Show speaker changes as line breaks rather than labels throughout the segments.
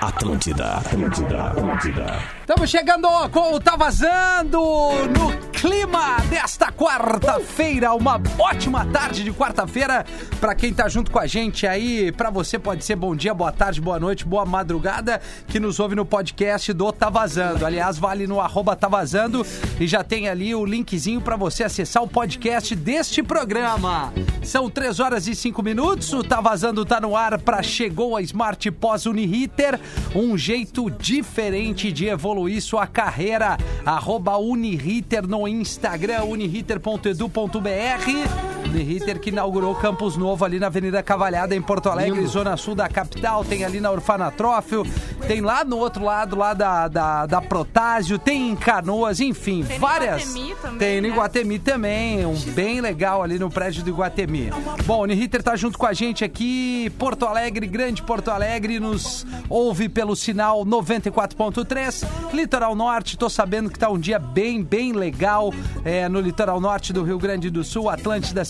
Atlântida, Atlântida, Atlântida.
Estamos chegando com o Tá Vazando no clima desta quarta-feira. Uma ótima tarde de quarta-feira para quem tá junto com a gente aí. Para você pode ser bom dia, boa tarde, boa noite, boa madrugada que nos ouve no podcast do Tá Vazando. Aliás, vale no arroba Tá Vazando e já tem ali o linkzinho para você acessar o podcast deste programa. São três horas e cinco minutos. O Tá Vazando tá no ar para chegou a Smart Pós Uniriter, um jeito diferente de evoluir sua carreira. Arroba Uniriter no Instagram, uniriter.edu.br. Uniriter que inaugurou o campus novo ali na Avenida Cavalhada, em Porto Alegre, zona sul da capital. Tem ali na Orfanatrófio, tem lá no outro lado, lá da, da, da Protásio, tem em Canoas, enfim,
no
várias.
Iguatemi também,
tem no
né?
Iguatemi. Iguatemi também, um bem legal ali no prédio do Iguatemi. Bom, o Uniriter tá junto com a gente aqui, Porto Alegre, Grande Porto Alegre, nos ouve pelo sinal 94.3, Litoral Norte, tô sabendo que tá um dia bem, bem legal é, no Litoral Norte do Rio Grande do Sul, Atlântida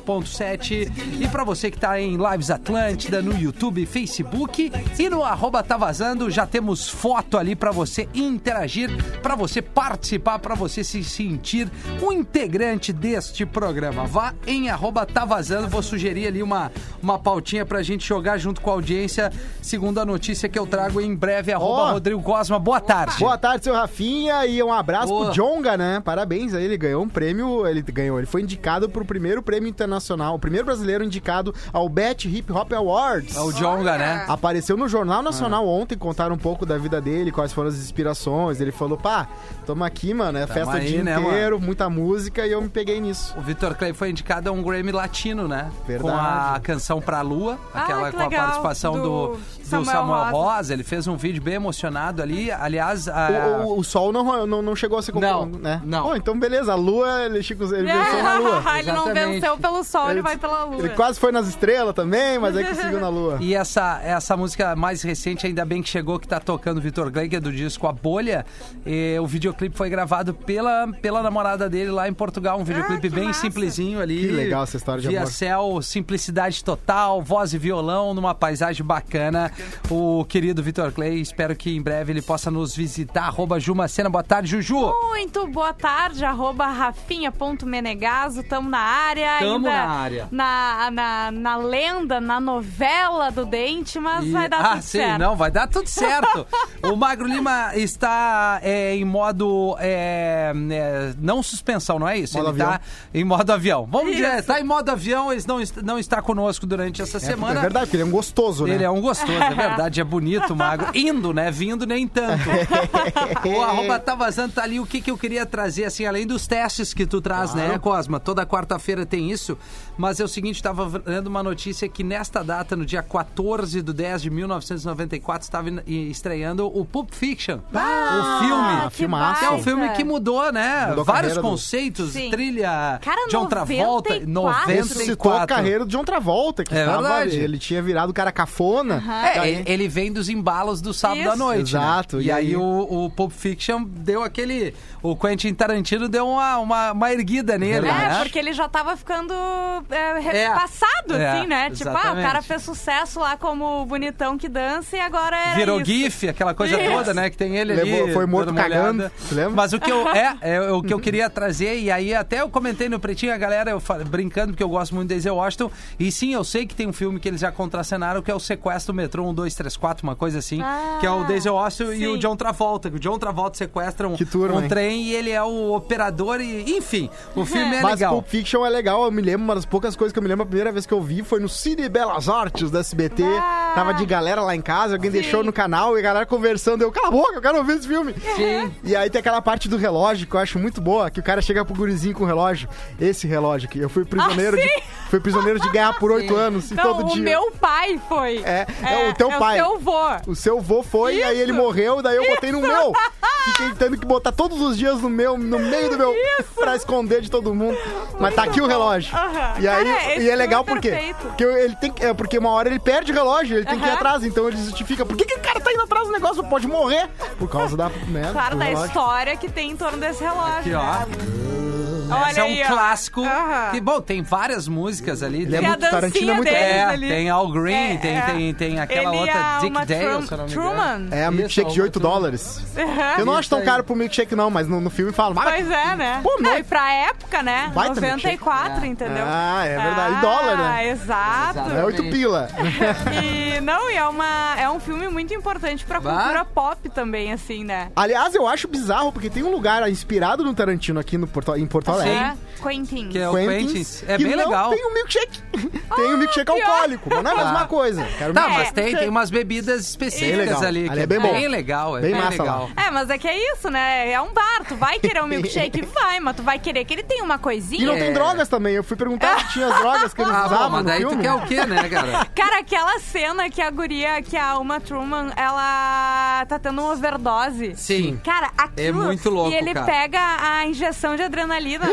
104.7 e para você que tá em Lives Atlântida, no YouTube, Facebook e no arroba tá vazando, já temos foto ali para você interagir, para você participar, para você se sentir um integrante deste programa. Vá em arroba tá vazando, vou sugerir ali uma, uma pautinha pra gente jogar junto com a audiência, segundo a notícia que eu trago em breve, arroba
Ó.
Rodrigo Cosma. Boa tarde.
Boa tarde, seu Rafinha, e um abraço
Boa.
pro Jonga, né? Parabéns aí, ele ganhou um prêmio, ele ganhou, ele foi indicado pro primeiro prêmio internacional, o primeiro brasileiro indicado ao Bet Hip Hop Awards.
É o Jonga, né?
Apareceu no Jornal Nacional ontem, contaram um pouco da vida dele, quais foram as inspirações. Ele falou, pá, tamo aqui, mano, é festa
aí,
o dia
né,
inteiro, muita música, e eu me peguei nisso.
O Vitor Clay foi indicado a um Grammy Latino, né?
Verdade.
Com a canção Pra Lua,
Ah,
aquela
que
com a
legal,
participação do,
do
do Samuel,
Samuel
Rosa.
Rosa.
Ele fez um vídeo bem emocionado ali. Aliás, a...
O, o- o sol não, não, não chegou a ser
Ah. Não,
conclu- né?
não.
Bom, então beleza, a lua, ele, Chico, ele venceu na lua.
ele não
Exatamente.
venceu pelo sol, ele, vai pela lua.
Ele quase foi nas estrelas também, mas aí conseguiu na lua.
E essa, essa música mais recente, ainda bem que chegou, que tá tocando Vitor Gleig, é do disco A Bolha. E o videoclipe foi gravado pela, pela namorada dele lá em Portugal. Um videoclipe
Ah, que
bem
massa.
simplesinho ali.
Que legal essa história de
Via
amor.
céu, simplicidade total, voz e violão, numa paisagem bacana. O querido Vitor Clay, espero que em breve ele possa nos visitar. Arroba Jumacena, boa tarde, Juju.
Muito boa tarde, arroba rafinha.menegaso, tamo na área.
Tamo
ainda
na área.
Na, na, na lenda, na novela do Dente, mas
E-
vai dar
ah,
tudo
sim,
certo.
não, vai dar tudo certo. o Magro Lima está é, em modo. é, é, não suspensão, não é isso?
Modo
ele está
avião.
em modo avião. Vamos dizer, está em modo avião, ele não, est- não está conosco durante essa semana.
É verdade, porque ele é um gostoso, né?
Ele é um gostoso, é verdade, é bonito, magro. Indo, né? Vindo nem tanto. o arroba tá vazando, tá ali. O que, que eu queria trazer, assim, além dos testes que tu traz, né, Cosma? Toda quarta-feira tem isso. Mas é o seguinte, tava lendo uma notícia que nesta data, no dia 14 de 10 de 1994, estava in- estreando o Pulp Fiction. o filme.
Ah, que
filmaço.
Que é um
baita.
filme que mudou, né?
Ah! Mudou a
Vários
carreira do-
conceitos,
Sim.
trilha,
Cara,
John Travolta,
94.
94.
Ressuscitou a carreira do John Travolta, que
É
tava-
verdade.
ele tinha virado cara cafona.
É,
Daí-
ele- ele vem dos embalos do sábado
Isso.
à noite.
Exato,
né? E,
e
aí,
aí?
o, o Pulp Fiction deu aquele. O Quentin Tarantino deu uma, uma, uma erguida nele, né?
É, porque ele já tava ficando é, re-
É.
passado,
É,
assim, né? Tipo, ah, o
exatamente.
cara fez sucesso lá como o bonitão que dança e agora é.
Virou
isso.
GIF, aquela coisa
Isso.
toda, né? Que tem ele ali.
Levou- foi morto
dando uma
cagando,
olhada.
tu lembra?
Mas o que eu. É, é o que eu queria trazer, e aí até eu comentei no pretinho, a galera, eu fa- brincando, porque eu gosto muito de Denzel Washington. E sim, eu sei que tem um filme que eles já contracenaram, que é o Sequestro Metrô 1234, uma coisa assim.
Ah,
que é o Denzel Washington e
sim.
o John Travolta. Que o John Travolta sequestra um,
Que turma,
um
hein?
trem e ele é o operador, e enfim,
Uhum.
o filme é
Mas
legal.
Pulp Fiction é legal, eu me lembro, uma das poucas coisas que eu me lembro, a primeira vez que eu vi foi no Cine Belas Artes da SBT.
Ah.
Tava de galera lá em casa, alguém
Sim.
deixou no canal e a galera conversando. Eu, cala a boca, eu quero ouvir esse filme.
Sim.
E aí tem aquela parte do relógio que eu acho muito boa, que o cara chega pro gurizinho com o relógio. Esse relógio aqui, eu fui prisioneiro,
Ah,
de, fui prisioneiro de guerra por oito anos e
Não,
todo
o
dia.
meu pai foi.
É, é o teu pai.
É o seu vô.
O seu vô foi, e aí ele morreu, daí eu botei no meu. Fiquei tendo que botar todos os dias no meu, no meio do meu, pra esconder de todo mundo. Mas tá aqui o relógio.
Aham.
E aí,
Cara, esse
e é legal
filme
por
é
quê?
perfeito.
Porque ele tem que- é porque uma hora ele perde o relógio, ele tem que ir
Aham.
atrás, então ele justifica. Por que, que o cara tá indo atrás do negócio? Pode morrer por causa da né, merda.
Claro, da história que tem em torno desse relógio.
Aqui,
né?
ó. né?
Olha
Esse é um
aí, ó.
clássico.
Aham.
que, bom, tem várias músicas ali.
Ele é
E
tem
a
muito- Tarantino é
dancinha
muito-
deles
é,
ali.
tem Al Green,
É,
tem,
é.
tem, tem aquela
Ele e
outra
a
Dick
Uma
Dale,
Trum-
se eu não me engano. É.
Truman.
É a milkshake
Isso,
de 8
alguma
dólares.
Aham.
Eu não acho tão
aí.
caro pro milkshake, não, mas no, no filme fala. "Ah,
Ah, Pois é, né?
Pô,
não,
não-
e pra época, né?
Baita
94, entendeu?
Ah, é verdade. Em dólar, né?
Ah, exato.
É 8 pila.
E não, e é, uma, é um filme muito importante pra
Bah.
cultura pop também, assim, né?
Aliás, eu acho bizarro, porque tem um lugar inspirado no Tarantino aqui no Porto, em Porto Alegre.
É, Quentin.
Que é o
Quentin's,
Quentin's. É
que
bem
não
legal.
Tem um milkshake. tem um milkshake
Ah, pior.
alcoólico, mas não é a
Tá.
mesma coisa. Quero
Tá,
É,
milkshake.
mas tem, tem umas bebidas específicas
legal.
ali. que
Ali é bem bom.
Bem legal, é
Bem
bem,
massa lá.
legal.
É, mas é que é isso, né? É um bar, tu vai querer um milkshake? Vai, mas tu vai querer que ele tenha uma
E não
coisinha.
tem
É.
drogas também. Eu fui perguntar se tinha as drogas que eles
Ah,
usavam
bom, mas
no
daí
filme.
tu quer o quê, né, cara?
Cara, aquela cena que a guria, que a Uma Truman, ela tá tendo uma overdose.
Sim.
Cara, aquilo...
É muito louco,
E ele
cara.
pega a injeção de adrenalina né,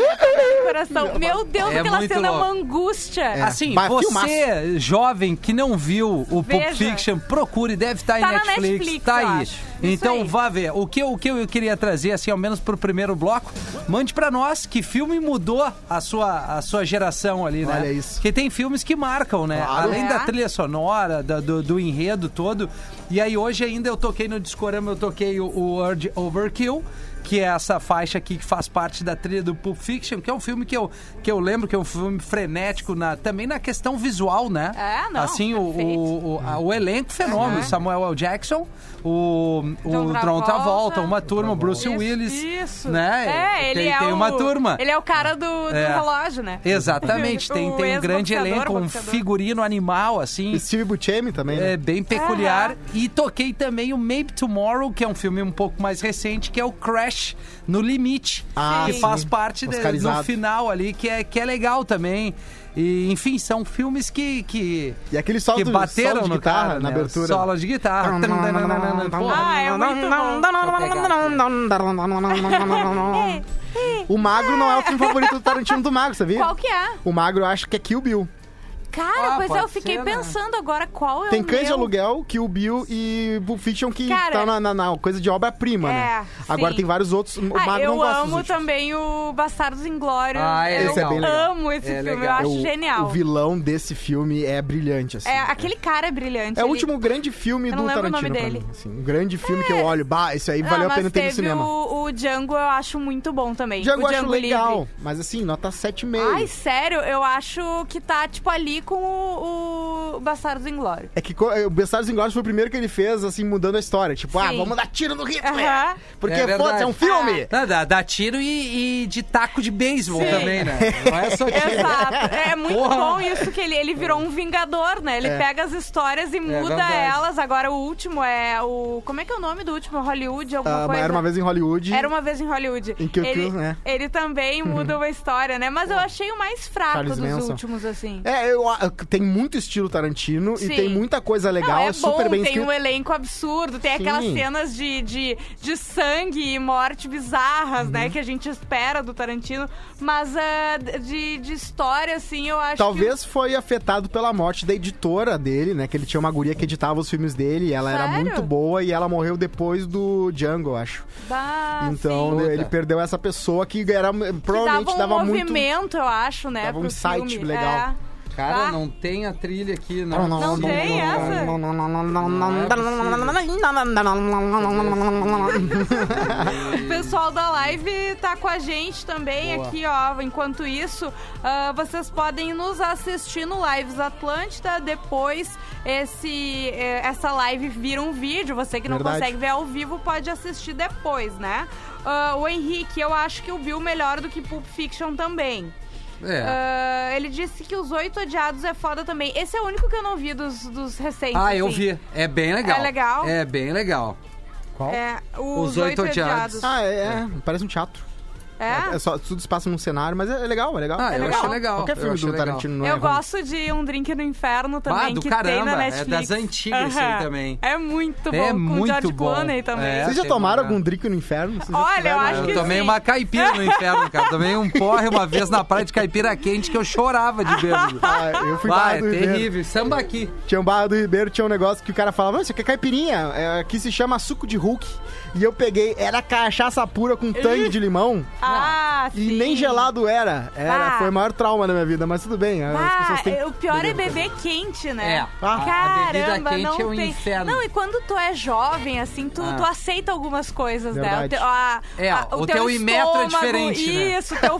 no coração. Meu Deus,
É
aquela
muito
cena é
louco.
uma angústia.
Assim,
Bah,
você,
É. filmaço.
jovem, que não viu o Pulp
Veja.
Fiction, procure, deve estar
Tá
em
na
Netflix,
Netflix,
tá
eu
aí.
acho. Isso
Então
aí.
vá ver. O que, eu- o que eu queria trazer, assim, ao menos pro primeiro bloco, mande pra nós que filme mudou a sua, a sua geração ali, né?
Olha isso.
Que tem filmes que marcam, né?
Claro.
Além
É.
da trilha sonora, da- do, do enredo todo. E aí hoje ainda eu toquei no Discorama, eu toquei o, o Urge Overkill, que é essa faixa aqui que faz parte da trilha do Pulp Fiction, que é um filme que eu, que eu lembro que é um filme frenético na, também na questão visual, né?
É, não,
Assim, o,
perfeito.
o, o, a- o elenco fenômeno, Samuel L. Jackson, o, o
John
John Travolta,
Travolta,
uma turma, o Bruce
Isso,
Willis,
Isso.
né?
É, ele
tem,
é
tem
o,
uma turma.
Ele é o cara do, do
É.
relógio, né?
Exatamente, tem,
O
tem um grande
ex-boxeador,
elenco, um
boxeador.
figurino animal, assim,
Steve Buscemi também. né?
é, bem peculiar. E toquei também o Maybe Tomorrow, que é um filme um pouco mais recente, que é o Crash no Limite,
Ah,
que
sim.
faz parte de-
Oscarizado.
do final ali, que é, que é legal também. E, enfim, são filmes que, que,
E aquele solo,
que
do,
bateram
solo de
no
guitarra
cara,
na
né?
abertura.
Solo de guitarra. Pô,
Ah, é muito bom. É,
O Magro não é o filme favorito do Tarantino do Magro, sabia?
Qual que é?
O Magro eu acho que é Kill Bill.
Cara,
Ah,
pois é, eu
pode
fiquei
ser, né?
pensando agora qual é
Tem
o
Cães de
meu...
Aluguel, Kill Bill e Pulp Fiction que
Cara-
tá na, na- na coisa de obra-prima,
É,
né?
sim.
Agora tem vários outros. O
Ah,
Magro não
eu
gosta dos
amo
últimos.
também o Bastardos Inglórios.
Ah, é
eu
Esse é bem legal.
amo esse
É
filme, eu
legal.
acho
O-
genial.
O vilão desse filme é brilhante, assim.
É, aquele cara é brilhante.
É o
ele-
último grande filme
Eu
do
não lembro o
Tarantino
nome
pra
dele.
mim. assim. um grande filme que eu olho. Bah, isso aí
Ah,
valeu a
mas
pena ter no
teve
cinema.
O, o Django eu acho muito bom também.
Django
o
eu acho
Django
legal,
Livre.
mas assim, nota 7,5.
Ai, sério, eu acho que tá, tipo, ali com o, o Bastardos Inglórios.
É que co- eh, o Bestardos Inglórios foi o primeiro que ele fez, assim, mudando a história. Tipo, ah,
Sim.
vamos dar tiro no Hitler.
Aham. Ah, tá.
Porque,
É verdade.
foda-se, é um filme.
Dá, dá, dá tiro e, e de taco de beisebol
Sim.
também, né? Não é só tiro.
Exato. É muito
Porra.
bom isso que ele, ele virou um vingador, né? Ele
É.
pega as histórias e muda
verdade.
elas. Agora o último é o. Como é que é o nome do último? Hollywood, alguma
Ah, mas
coisa?
era uma vez em Hollywood.
Era uma vez em Hollywood.
Em Kill
ele,
Kill, né?
ele também muda uma história, né? Mas eu achei o mais fraco
Charles
dos
Manson.
últimos, assim.
É, eu, a- tem muito estilo Tarantino
Sim.
e tem muita coisa legal,
Não, é
é super
bom,
bem
tem
escrito.
um elenco absurdo, tem
Sim.
aquelas cenas de, de, de sangue e morte bizarras,
Uhum.
né? Que a gente espera do Tarantino. Mas ah, de, de história, assim, eu acho que...
Talvez foi afetado pela morte da editora dele, né? Que ele tinha uma guria que editava os filmes dele e ela era
Sério?
muito boa e ela morreu depois do Django, eu acho.
Bah,
então
Ah, sim.
né, ele perdeu essa pessoa que era provavelmente
dava assim, um
dava muito.
movimento, eu acho, né?
dava um
pro
insight
filme.
legal.
É.
Cara,
Ah.
não tem a trilha aqui, né? não.
Não, não,
Não
não,
tem essa? é O pessoal da live tá com a gente também aqui, ó. Enquanto isso, ah, vocês podem nos assistir no Lives Atlântida. Depois, esse, eh, essa live vira um vídeo. Você que não
Verdade.
consegue ver ao vivo pode assistir depois, né? Ah, o Henrique, eu acho que o Bill melhor do que Pulp Fiction também.
É.
Ah, ele disse que Os Oito Odiados é foda também. Esse é o único que eu não vi dos, dos recentes.
Ah, eu
assim.
vi. É bem legal.
É legal?
É bem legal.
É, os,
Os
Oito
Oito
Odiados.
Odiados.
Ah, é, é, parece um teatro.
É?
É só, tudo se passa num cenário, mas é legal, é legal.
Ah,
é
eu
legal.
achei legal.
Qualquer
eu
filme
achei
do
legal.
Tarantino não é
eu
ruim.
gosto de Um Drink no Inferno também,
Ah, do
que tem
caramba,
na
é
Netflix.
das antigas esse aí
Aham.
também.
É muito bom,
É
com
muito
George
bom.
Clooney também.
É.
Vocês já
Achei
tomaram
bom,
algum drink no inferno? Vocês já
Olha, eu
tiveram?
acho que
Eu tomei
sim.
uma caipira no inferno, cara. Tomei um porre uma vez na praia de caipira quente que eu chorava de bêbado.
Ah, eu fui
Ah,
Barra
é
do Ribeiro.
terrível. Samba aqui.
Tinha um Barra do Ribeiro, tinha um negócio que o cara falava, "Não, isso aqui é caipirinha, é, que se chama suco de Hulk. E eu peguei, era cachaça pura com tangue de limão.
Ah,
E
sim.
nem gelado era. era
Bah.
Foi o maior trauma da minha vida, mas tudo bem. as
Ah,
pessoas têm que
o pior é
beber.
beber quente, né?
É. Ah, a bebida
Caramba,
quente
não
é um
tem.
inferno.
Não, e quando tu é jovem, assim, tu,
Ah.
tu aceita algumas coisas, né? O
Verdade.
teu, a-
É,
a-
o teu imetro é
estômago,
diferente, né?
Isso, o teu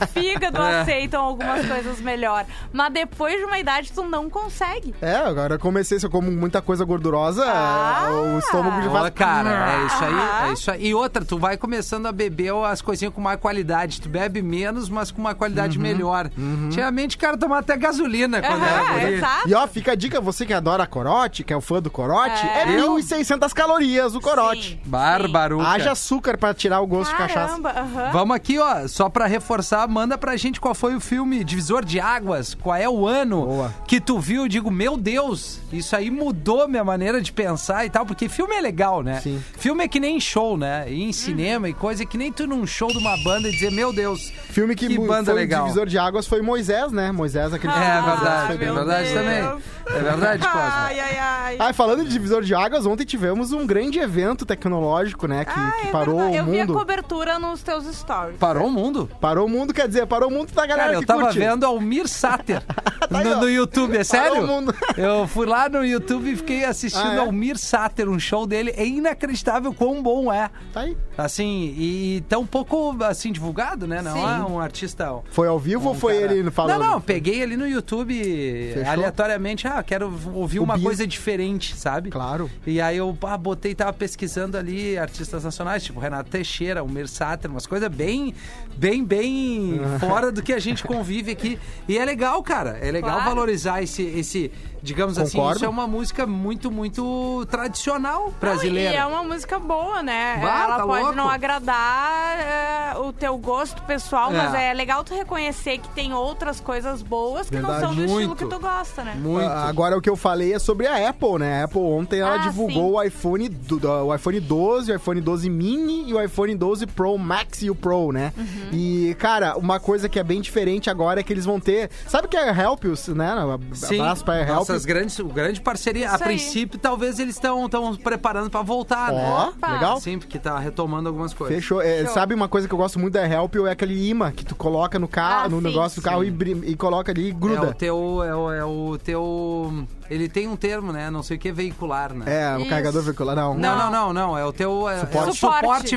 fígado
É.
aceitam algumas coisas melhor. Mas depois de uma idade, tu não consegue.
É, agora eu comecei, se eu como muita coisa gordurosa,
Ah.
o estômago de
Ó,
vaso.
cara, é isso aí, é isso aí. E outra, tu vai começando a beber as coisinhas com mais qualidade. Tu bebe menos, mas com uma
Uhum.
qualidade melhor. Antigamente, o cara tomava até gasolina quando é era
Aham,
guri.
exato.
E ó, fica a dica, você que adora corote, que é o fã do corote,
É.
é, 1.600 calorias o corote.
Sim.
Bárbaro.
Haja
cara.
açúcar pra tirar o gosto de cachaça.
Caramba, aham.
Vamos aqui, ó, só pra reforçar, manda pra gente qual foi o filme Divisor de Águas, qual é o ano
Boa.
que tu viu, eu digo, meu Deus, isso aí mudou minha maneira de pensar e tal, porque filme é legal, né?
Sim.
Filme é que nem show, né? E em cinema e coisa, é que nem tu num show de uma banda e dizer, meu Deus,
Filme que, mu-
banda
foi
legal.
o divisor de águas foi Moisés, né? Moisés,
Ah,
aquele filme
É
do Moisés
verdade,
foi bem
é
meu
verdade
Deus.
também. É verdade, Cosma.
Ai, ai, ai.
Ah, e falando de divisor de águas, ontem tivemos um grande evento tecnológico, né? Que,
Ah,
que
é
parou
verdade.
o
Eu vi a
mundo.
cobertura nos teus stories.
Parou o mundo.
Parou o mundo, quer dizer, parou o mundo da galera
Cara, eu
que
tava
curte.
vendo Almir Sater
aí,
no,
ó.
no YouTube, é sério?
o mundo.
Eu fui lá no YouTube e fiquei assistindo
Ah, é?
Almir Sater, um show dele. É inacreditável quão bom é.
Tá aí.
Assim, e tão pouco assim divulgado, né? Não
Sim.
é um artista. um
Foi ao vivo ou foi
cara-
ele falando?
Não, não, peguei ali no YouTube
Fechou?
aleatoriamente. Ah, quero ouvir
O
uma
bis-
coisa diferente, sabe?
Claro.
E aí eu ah, botei, tava pesquisando ali artistas nacionais, tipo Renato Teixeira, o Sater, umas coisas bem, bem, bem fora do que a gente convive aqui. E é legal, cara. É legal
Claro.
valorizar esse, esse digamos assim,
Concordo.
isso é uma música muito, muito tradicional brasileira.
E é uma música boa, né?
Bah,
Ela
tá
pode
louco.
não agradar é, o teu gosto pessoal,
É.
mas é legal tu reconhecer que tem outras coisas boas que
Verdade.
não são do estilo
Muito.
que tu gosta, né?
Muito.
Ah, Agora o que eu falei é sobre a Apple, né? A Apple ontem ela
Ah,
divulgou o iPhone, do- do- o iPhone 12, o iPhone 12 mini e o iPhone 12 Pro Max e o Pro, né?
Uhum.
E cara, uma coisa que é bem diferente agora é que eles vão ter, sabe o que é a Helpius, né?
Sim,
Abraço pra Helpius.
nossas grandes, grande parceria.
Isso
a
aí.
princípio, talvez eles estão tão preparando pra voltar,
Ó,
né?
Opa.
legal.
Sim, porque tá retomando algumas coisas.
Fechou. É,
Fechou.
Sabe uma coisa que eu gosto muito da Helpio é aquele imã que tu coloca no carro,
Ah,
no
sim,
negócio do carro e, bri- e coloca ali e
É o
gruda.
teu, é o, é o teu. Ele tem um termo, né? Não sei o que, veicular, né?
É, o
Isso.
carregador veicular, não.
Não, não, não, não. É o teu é- é o suporte, veicular.
Suporte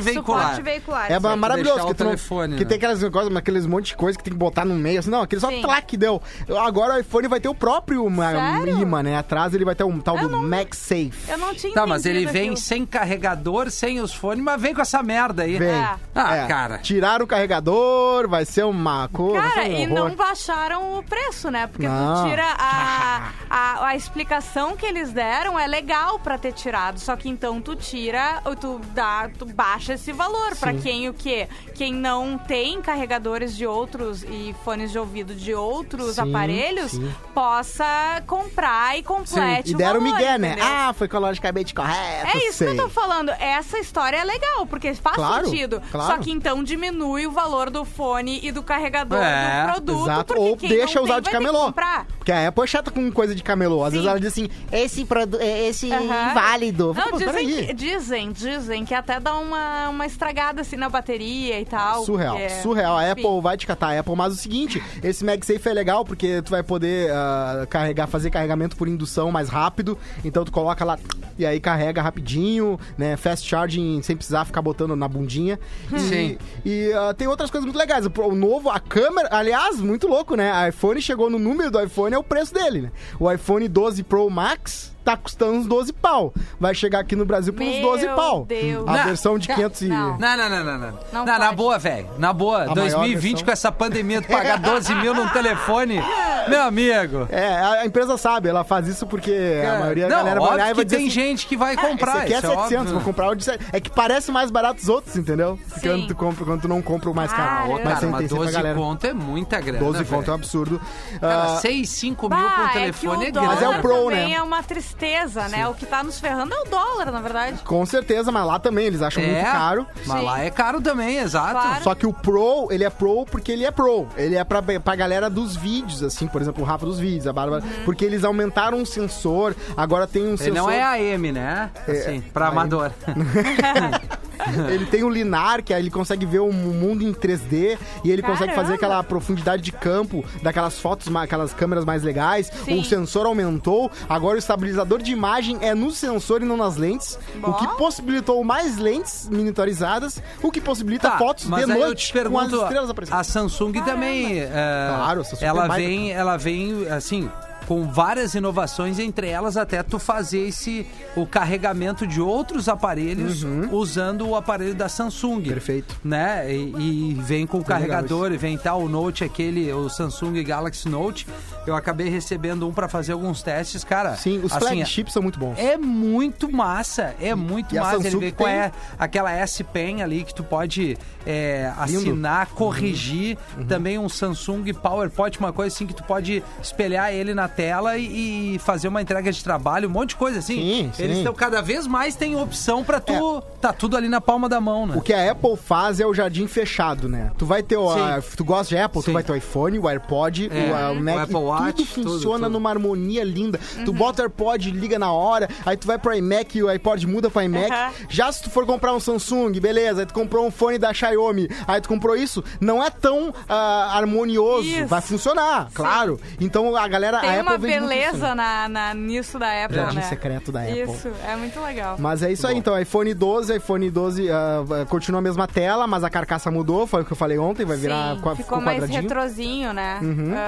veicular.
É
isso aí.
maravilhoso
deixar
que,
o
tu não-
telefone,
que
né?
tem aquelas coisas, aqueles monte de coisa que tem que botar no meio, assim, não, aquele só
Sim.
clac deu. Agora o iPhone vai ter o próprio ma-
Sério?
imã, né? Atrás ele vai ter um tal
Eu
do
não-
MagSafe.
Eu não tinha
Tá, mas ele
entendido
vem
aquilo.
sem carregador, sem os fones, mas vem com essa merda aí.
Vem.
É.
Ah,
É,
cara.
Tirar o carregador, vai ser uma coisa.
Cara,
vai ser um
e
horror.
não baixaram o preço, né? Porque tu
Não.
tira a, a, a explicação que eles deram, é legal pra ter tirado. Só que então tu tira, ou tu, dá, tu baixa esse valor pra quem o quê? Quem não tem carregadores de outros e fones de ouvido de outros
Sim,
aparelhos,
sim.
possa comprar e complete
E
o
deram
valor,
migué, né?
entendeu?
Ah, foi com a logicamente correta.
É isso
sei.
que eu tô falando. Essa história é legal, porque faz
Claro,
sentido. Só
claro.
que então diminui o valor do fone e do carregador
É,
do produto.
Exato,
Porque
ou
quem
deixa
não
usar
tem,
o de
vai ter que
camelô.
comprar.
Porque a Apple é chata com coisa de camelô. Às vezes
Sim.
ela diz assim, esse produto, esse
Aham.
inválido.
Não,
Pô,
dizem,
peraí.
que, dizem, dizem que até dá uma, uma estragada assim na bateria e tal.
É Surreal,
porque-
surreal. A
enfim.
Apple vai te catar a Apple, mas o seguinte, esse MagSafe é legal porque tu vai poder ah, carregar, fazer carregamento por indução mais rápido. Então tu coloca lá e aí carrega rapidinho, né? Fast charging sem precisar ficar botando na bundinha. E-
Sim.
E ah, tem outras coisas muito legais. O, o novo, a câmera, aliás, muito louco, né? A iPhone chegou no número do iPhone, é o preço dele, né? O iPhone 12 Pro Max tá custando uns 12 pau. Vai chegar aqui no Brasil por uns
Meu
12 pau.
Deus.
A
Não.
versão de 500 e...
Não.
Não, não, não, não, não.
Não
Na- na
pode.
boa, velho. Na boa,
maior
2020
versão.
com essa pandemia, tu pagar 12 mil num telefone. Meu amigo.
É, a a empresa sabe, ela faz isso porque É, a maioria da
É. não,
galera vai
óbvio
olhar e
que
vai dizer
tem
assim,
gente que vai comprar.
esse aqui é
isso
700,
óbvio.
vou comprar o de 700. É que parece mais barato os outros, entendeu?
Sim.
Porque quando tu, compra, quando tu não compra o mais
Ah,
caro.
outra,
mas
Cara,
tem,
mas
tem sempre a
12
galera.
conto é muita grana.
12 conto é um
velho.
absurdo.
Cara, assim,
Ah,
6, 5 mil com
Bah,
o
é que
telefone é,
o
grana.
dólar
Mas é o Pro,
também
né?
é uma tristeza, né? O que tá nos ferrando é o dólar, na verdade.
com certeza, mas lá também eles acham muito caro.
É. Mas
Sim.
lá é caro também, exato.
Claro.
Só que o Pro, ele é Pro porque ele é Pro. Ele é pra, pra galera dos vídeos, assim, por exemplo, o Rafa dos vídeos, a Bárbara.
Uhum.
Porque eles aumentaram o sensor, agora tem um
Ele é
sensor.
não é AM, né? Assim, pra
AM.
amador.
ele tem o linar, que aí ele consegue ver o mundo em 3D e ele consegue
Caramba.
fazer aquela profundidade de campo daquelas fotos, ma- aquelas câmeras mais legais.
Sim.
O sensor aumentou, agora o estabilizador de imagem é no sensor e não nas lentes, o que
Bom.
possibilitou mais lentes monitorizadas, o que possibilita
Tá,
fotos
mas
de
aí eu
noite
te
com as
pergunto,
estrelas
a
aparecendo.
Samsung também, é,
Claro, a Samsung é
ela
baita.
vem, ela vem assim com várias inovações, entre elas até tu fazer esse o carregamento de outros aparelhos usando o aparelho da Samsung.
Uhum. Perfeito.
Né? E, e vem com o
legal
carregador, e vem tal o Note aquele, o Samsung Galaxy Note. Eu acabei recebendo um pra fazer alguns testes, cara.
Sim, os
assim,
flagships são muito bons.
é muito massa, é muito
e a
massa. Ele
Samsung
vem com
tem-
a- aquela S Pen ali que tu pode é, assinar,
Uhum.
corrigir. Também um Samsung PowerPoint, uma coisa assim que tu pode espelhar ele na tela e, e fazer uma entrega de trabalho, um monte de coisa assim.
Sim, sim. É.
Eles estão cada vez mais tem opção pra tu. Tá tudo ali na palma da mão, né?
O que a Apple faz é o jardim fechado, né? Tu vai ter o.
Sim.
a- tu gosta de Apple,
Sim.
tu vai ter o iPhone, o AirPod,
É,
o, a- o
o
Mac.
Apple
e tudo
Watch, tudo,
funciona
tudo.
numa harmonia linda.
Uhum.
Tu bota o AirPod, liga na hora, aí tu vai pro iMac e o iPod muda pro iMac.
Uhum.
Já se tu for comprar um Samsung, beleza, aí tu comprou um fone da Xiaomi, aí tu comprou isso, não é tão ah, harmonioso.
Isso.
Vai funcionar, claro. Então a galera. a
Tem
Apple
uma
vende muito isso, né?
beleza na, na- nisso da Apple,
Jardim
né?
secreto da Apple.
Isso, é muito legal.
Mas é isso aí, então. iPhone 12, iPhone 12 ah, vai- continua a mesma tela, mas a carcaça mudou, foi o que eu falei ontem, vai virar
Sim,
qua-
ficou
ficou
mais
quadradinho. Uhum.
retrozinho, né?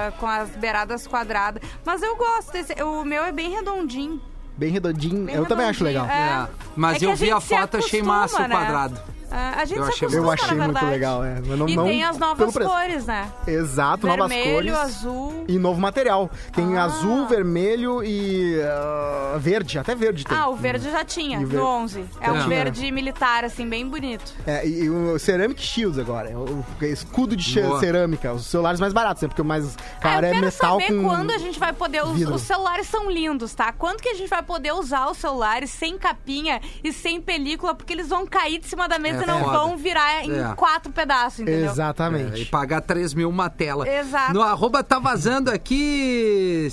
Ah, com as beiradas quadradas. Mas eu gosto desse. O meu é bem redondinho.
Bem redondinho.
bem
eu também acho
redondinho.
legal.
É.
Mas
É que
eu vi
gente
a
se
foto, achei massa o
acostuma, né?
quadrado.
Ah, a gente
Eu
se
achei- eu
Eu
acostuma,
achei
na
muito
verdade.
legal, é. Mas não,
E
não
tem as
pelo
novas
preço.
cores, né?
Exato, novas cores.
Vermelho, azul.
E novo material. Tem
Ah.
azul, vermelho e ah, verde. Até verde tem.
Ah, o verde já tinha,
E o ver-
no 11. É
Já
um
tinha.
verde militar, assim, bem bonito.
É, e o Ceramic Shields agora. é O o escudo de che-
Boa.
cerâmica. Os celulares mais baratos, né? Porque o mais
ah,
caro
eu
é
quero
metal
saber
com...
quando a gente vai poder... Os,
vidro.
os celulares são lindos, tá? Quando que a gente vai poder usar os celulares sem capinha e sem película? Porque eles vão cair de cima da mesa
É
e não
foda.
vão virar em
É.
quatro pedaços, entendeu?
É, e
Exatamente.
pagar 3 mil uma tela.
Exato.
No arroba tá vazando aqui.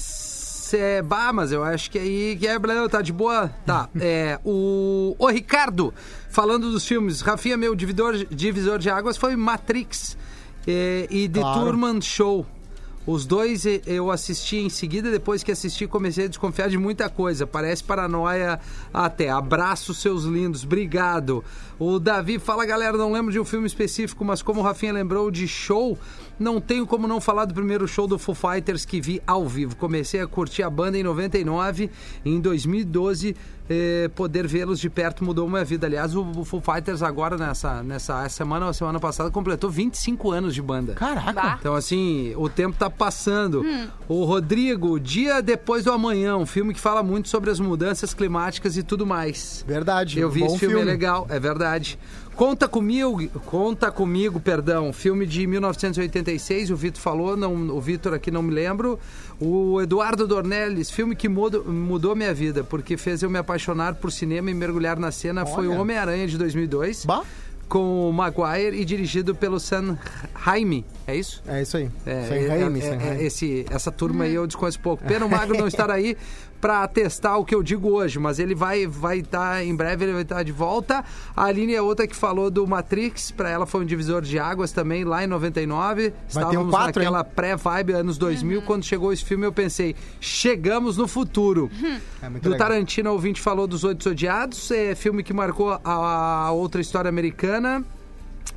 É, bah, mas eu acho que aí que é, Blau, tá de boa. Tá. É, o, o Ricardo, falando dos filmes, Rafinha, meu dividor, divisor de águas foi Matrix é, e The
Claro.
Truman Show. Os dois e- eu assisti em seguida, depois que assisti comecei a desconfiar de muita coisa. Parece paranoia até. Abraço, seus lindos. Obrigado. O Davi fala, galera, não lembro de um filme específico, mas como o Rafinha lembrou de show, não tenho como não falar do primeiro show do Foo Fighters que vi ao vivo. Comecei a curtir a banda em 99 e em 2012 eh, poder vê-los de perto mudou minha vida. Aliás, o, o Foo Fighters agora, nessa, nessa semana ou semana passada, completou 25 anos de banda.
Caraca.
Bah.
Então, assim, o tempo tá passando. O Rodrigo, Dia Depois do Amanhã, um filme que fala muito sobre as mudanças climáticas e tudo mais.
Verdade. um
Eu vi
bom
esse filme, é legal, é verdade. Conta comigo, conta comigo, perdão, filme de 1986, o Vitor falou, não, o Vitor aqui não me lembro. O Eduardo Dornelles, filme que mudou, mudou minha vida, porque fez eu me apaixonar por cinema e mergulhar na cena, foi o
Olha.
Homem-Aranha de 2002.
Bah.
Com o Maguire e dirigido pelo Sam Raimi, é isso?
É isso aí.
É,
Sem
é,
Raimi,
é,
sem
é,
Raimi.
esse, essa turma aí eu desconheço pouco. Pena o Magro não estar aí pra testar o que eu digo hoje, mas ele vai vai estar em breve, ele vai estar de volta. A Aline é outra que falou do Matrix, pra ela foi um divisor de águas também lá em 99. Estávamos
ter um quatro,
naquela pré-vibe anos 2000,
Uhum.
quando chegou esse filme eu pensei, chegamos no futuro.
É muito
do
legal.
Tarantino, o ouvinte falou dos Oito Odiados, é filme que marcou a, a outra história americana.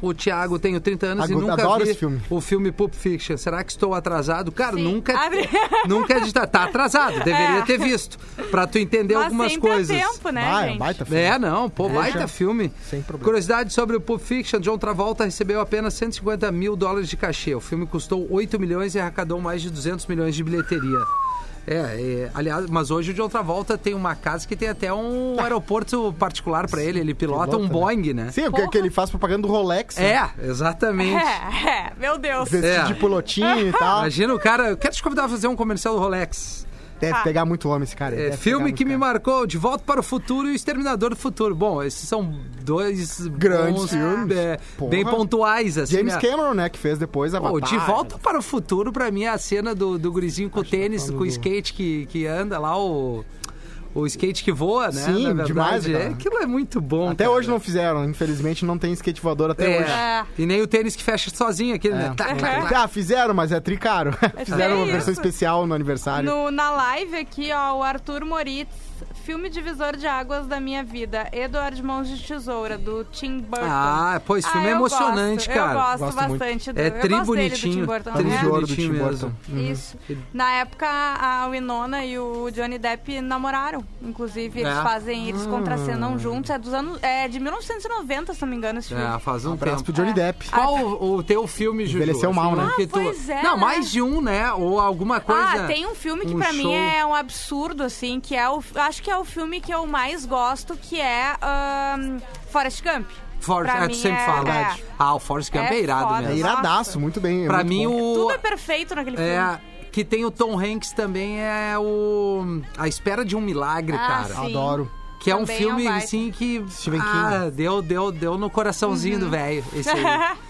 O Thiago tenho 30 anos e
Agora,
nunca
adoro
vi
esse filme.
o filme Pulp Fiction. Será que estou atrasado? Cara,
Sim.
nunca
Abre-
nunca é de tá, tá atrasado, deveria
É.
ter visto pra tu entender
Mas
algumas
sempre
coisas.
há tempo, né,
Bah, é um
gente?
baita filme.
É, não, pô, baita
já.
filme.
Sem problema.
Curiosidade sobre o Pulp Fiction, John Travolta recebeu apenas 150 mil dólares de cachê. O filme custou 8 milhões e arrecadou mais de 200 milhões de bilheteria. É, é, aliás, mas hoje o John Travolta tem uma casa que tem até um aeroporto particular pra ele. Ele pilota,
pilota,
um
né?
Boeing, né?
Sim, porque que
Porra.
ele faz propaganda do Rolex. né?
É, exatamente.
É, é, meu Deus.
Vestido
É.
de pulotinho e tal.
Imagina o cara. Eu quero te convidar a fazer um comercial do Rolex.
Deve pegar muito homem esse cara.
É, filme que me marcou, De Volta para o Futuro e O Exterminador do Futuro. Bom, esses são dois
Grandes
bons,
filmes.
é,
Porra.
bem pontuais, assim.
James
né?
Cameron, né? Que fez depois a
Pô, de Volta para o Futuro, pra mim, é a cena do, do gurizinho com o tênis, com o skate que, que anda lá, o... o skate que voa, né?
Sim,
na verdade.
demais, cara.
É, aquilo é muito bom.
Até
cara.
hoje não fizeram, infelizmente não tem skate voador até
É.
hoje.
É.
E nem o tênis que fecha sozinho aquele, né? Tá, tá, tá.
Ah, fizeram, mas é tricaro. fizeram uma
isso.
versão especial no aniversário. Um
No- na live aqui, ó, o Arthur Moritz, filme divisor de águas da minha vida, Eduardo Mãos de Tesoura, do Tim Burton.
Ah, pô, esse filme é
eu
emocionante,
gosto,
cara.
Eu gosto,
Gosto muito.
bastante do
É
eu
tri
gosto dele, do Tim
bonitinho.
Burton,
Tri
né?
de ouro do Tim Burton.
Uhum.
Isso. Na época, a Winona e o Johnny Depp namoraram. Inclusive, eles
É.
fazem, eles contracenam juntos. É dos anos. É de 1990, se não me engano, esse filme.
É, faz um
Abraço
tempo. Ah,
pro Johnny Depp.
Qual o, o teu filme, Juju?
Envelheceu mal,
um
né?
que
Ah, pois é,
Não,
né?
mais de um, né? Ou alguma coisa...
Ah, tem um filme que
um
pra
show.
mim é um absurdo, assim, que é o. Acho que é o filme que eu mais gosto, que é ahn, Forrest Gump.
Forrest,
pra
ah, tu
mim
sempre
é-
fala.
é.
Ah, o Forrest Gump é,
É
irado
foda.
É
mesmo.
iradaço, muito bem. é
Pra
muito
mim,
bom.
o...
Tudo é perfeito naquele filme.
É, que tem o Tom Hanks também, é o... A Espera de um Milagre,
Ah,
cara.
sim.
Adoro.
Que é um
Também é um
filme,
baita.
assim, que...
Stephen
ah, deu, deu, deu no coraçãozinho
Uhum.
do velho, esse aí.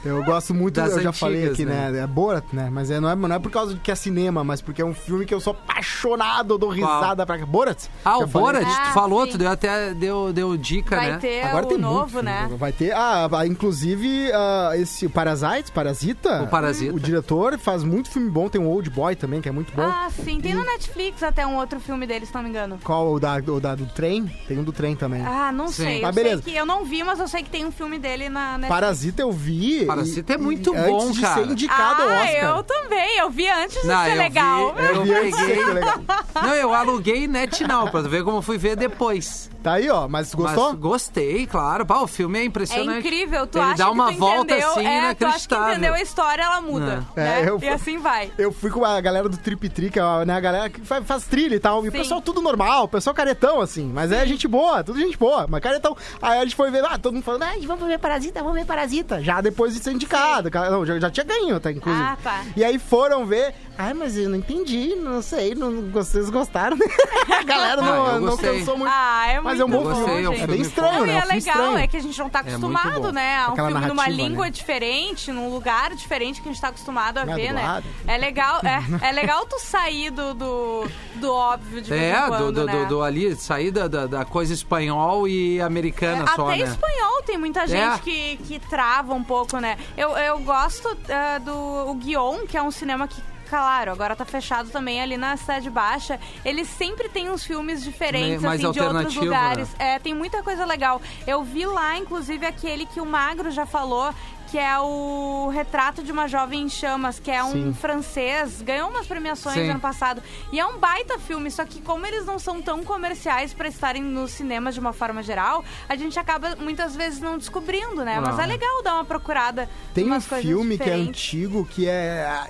Eu gosto muito, eu
Das
já falei
antigas,
aqui, né? É Borat, né? Mas é, não, é, não é por causa de que é cinema, mas porque é um filme que eu sou apaixonado, eu dou risada pra. Borat?
Ah,
Já
o
falei.
Borat,
Ah,
tu falou,
sim.
tu deu até deu, deu dica,
Vai
né?
ter
Agora
É o
tem muito
novo,
filme.
né?
Vai ter, ah, ah, inclusive, ah, esse Parasite, Parasita.
O Parasita.
O diretor faz muito filme bom, tem o Old Boy também, que é muito bom.
Ah, sim. Tem no Netflix até um outro filme dele, se não me engano.
Qual o da, o da do trem? Tem um do trem também.
Ah, não
Sim.
sei.
Mas
eu, sei
beleza.
que, eu não vi, mas eu sei que tem um filme dele na Netflix.
Parasita eu vi.
Parasita
e-
é muito
e antes
bom,
de
cara.
ser indicado ao
ah,
Oscar.
eu também. Eu vi antes de
Não,
ser
eu
legal.
vi,
É
eu
E antes de ser
peguei.
legal.
é Não, eu aluguei net não, pra tu ver como eu fui ver depois.
Tá aí, ó. Mas gostou?
Mas gostei, claro. Pá, o filme é
É
impressionante.
incrível, tu
Ele
acha
dá uma
que tu
volta
entendeu,
assim
é, tu acha que
inacreditável.
entendeu a história, ela muda,
É.
né?
É, eu-
E assim vai.
Eu fui com a galera do Trip Tri, que é uma- né, a galera que fa- faz, trilha e tal. E o
Sim.
pessoal tudo normal, o pessoal caretão, assim. Mas é gente boa, tudo gente boa. Mas caretão. Aí a gente foi ver, ah, todo mundo falando, ah, vamos ver Parasita, vamos ver Parasita. Já depois de ser indicado. cara, Não, já, já tinha ganho, tá, inclusive.
Ah, tá.
E aí foram ver, ah, mas eu não entendi, não sei, não, vocês gostaram. a galera não,
Ah, eu
não
gostei.
pensou muito.
Ah, é muito
mas é um bom
bom,
filme.
gente.
é bem estranho,
Não, e
né?
é
um filme
legal,
estranho.
é que a gente não tá
muito bom.
acostumado, né? A um
Aquela
filme numa
narrativa,
língua
né?
diferente, num lugar diferente que a gente tá acostumado a
Não é
ver, né?
dublado.
É legal, é, é legal tu sair do, do, do óbvio de vez
É,
em quando,
do, do,
né?
do, do ali, sair da, da, da coisa espanhol e americana só,
É, Até
né?
espanhol tem muita gente
É.
que, que trava um pouco, né? Eu, eu gosto ah, do o Guion, que é um cinema que. Claro, agora tá fechado também ali na Cidade Baixa. Ele sempre tem uns filmes diferentes,
Mais
assim, de outros
alternativo, né?
lugares. É, tem muita coisa legal. Eu vi lá, inclusive, aquele que o Magro já falou, que é o Retrato de uma Jovem em Chamas, que é um
Sim.
francês. Ganhou umas premiações
Sim.
ano passado. E é um baita filme, só que como eles não são tão comerciais pra estarem nos cinemas de uma forma geral, a gente acaba muitas vezes não descobrindo, né? Mas
Não.
é legal dar uma procurada
Ah. Tem um
umas coisas
filme que é
diferentes.
antigo, que é ah,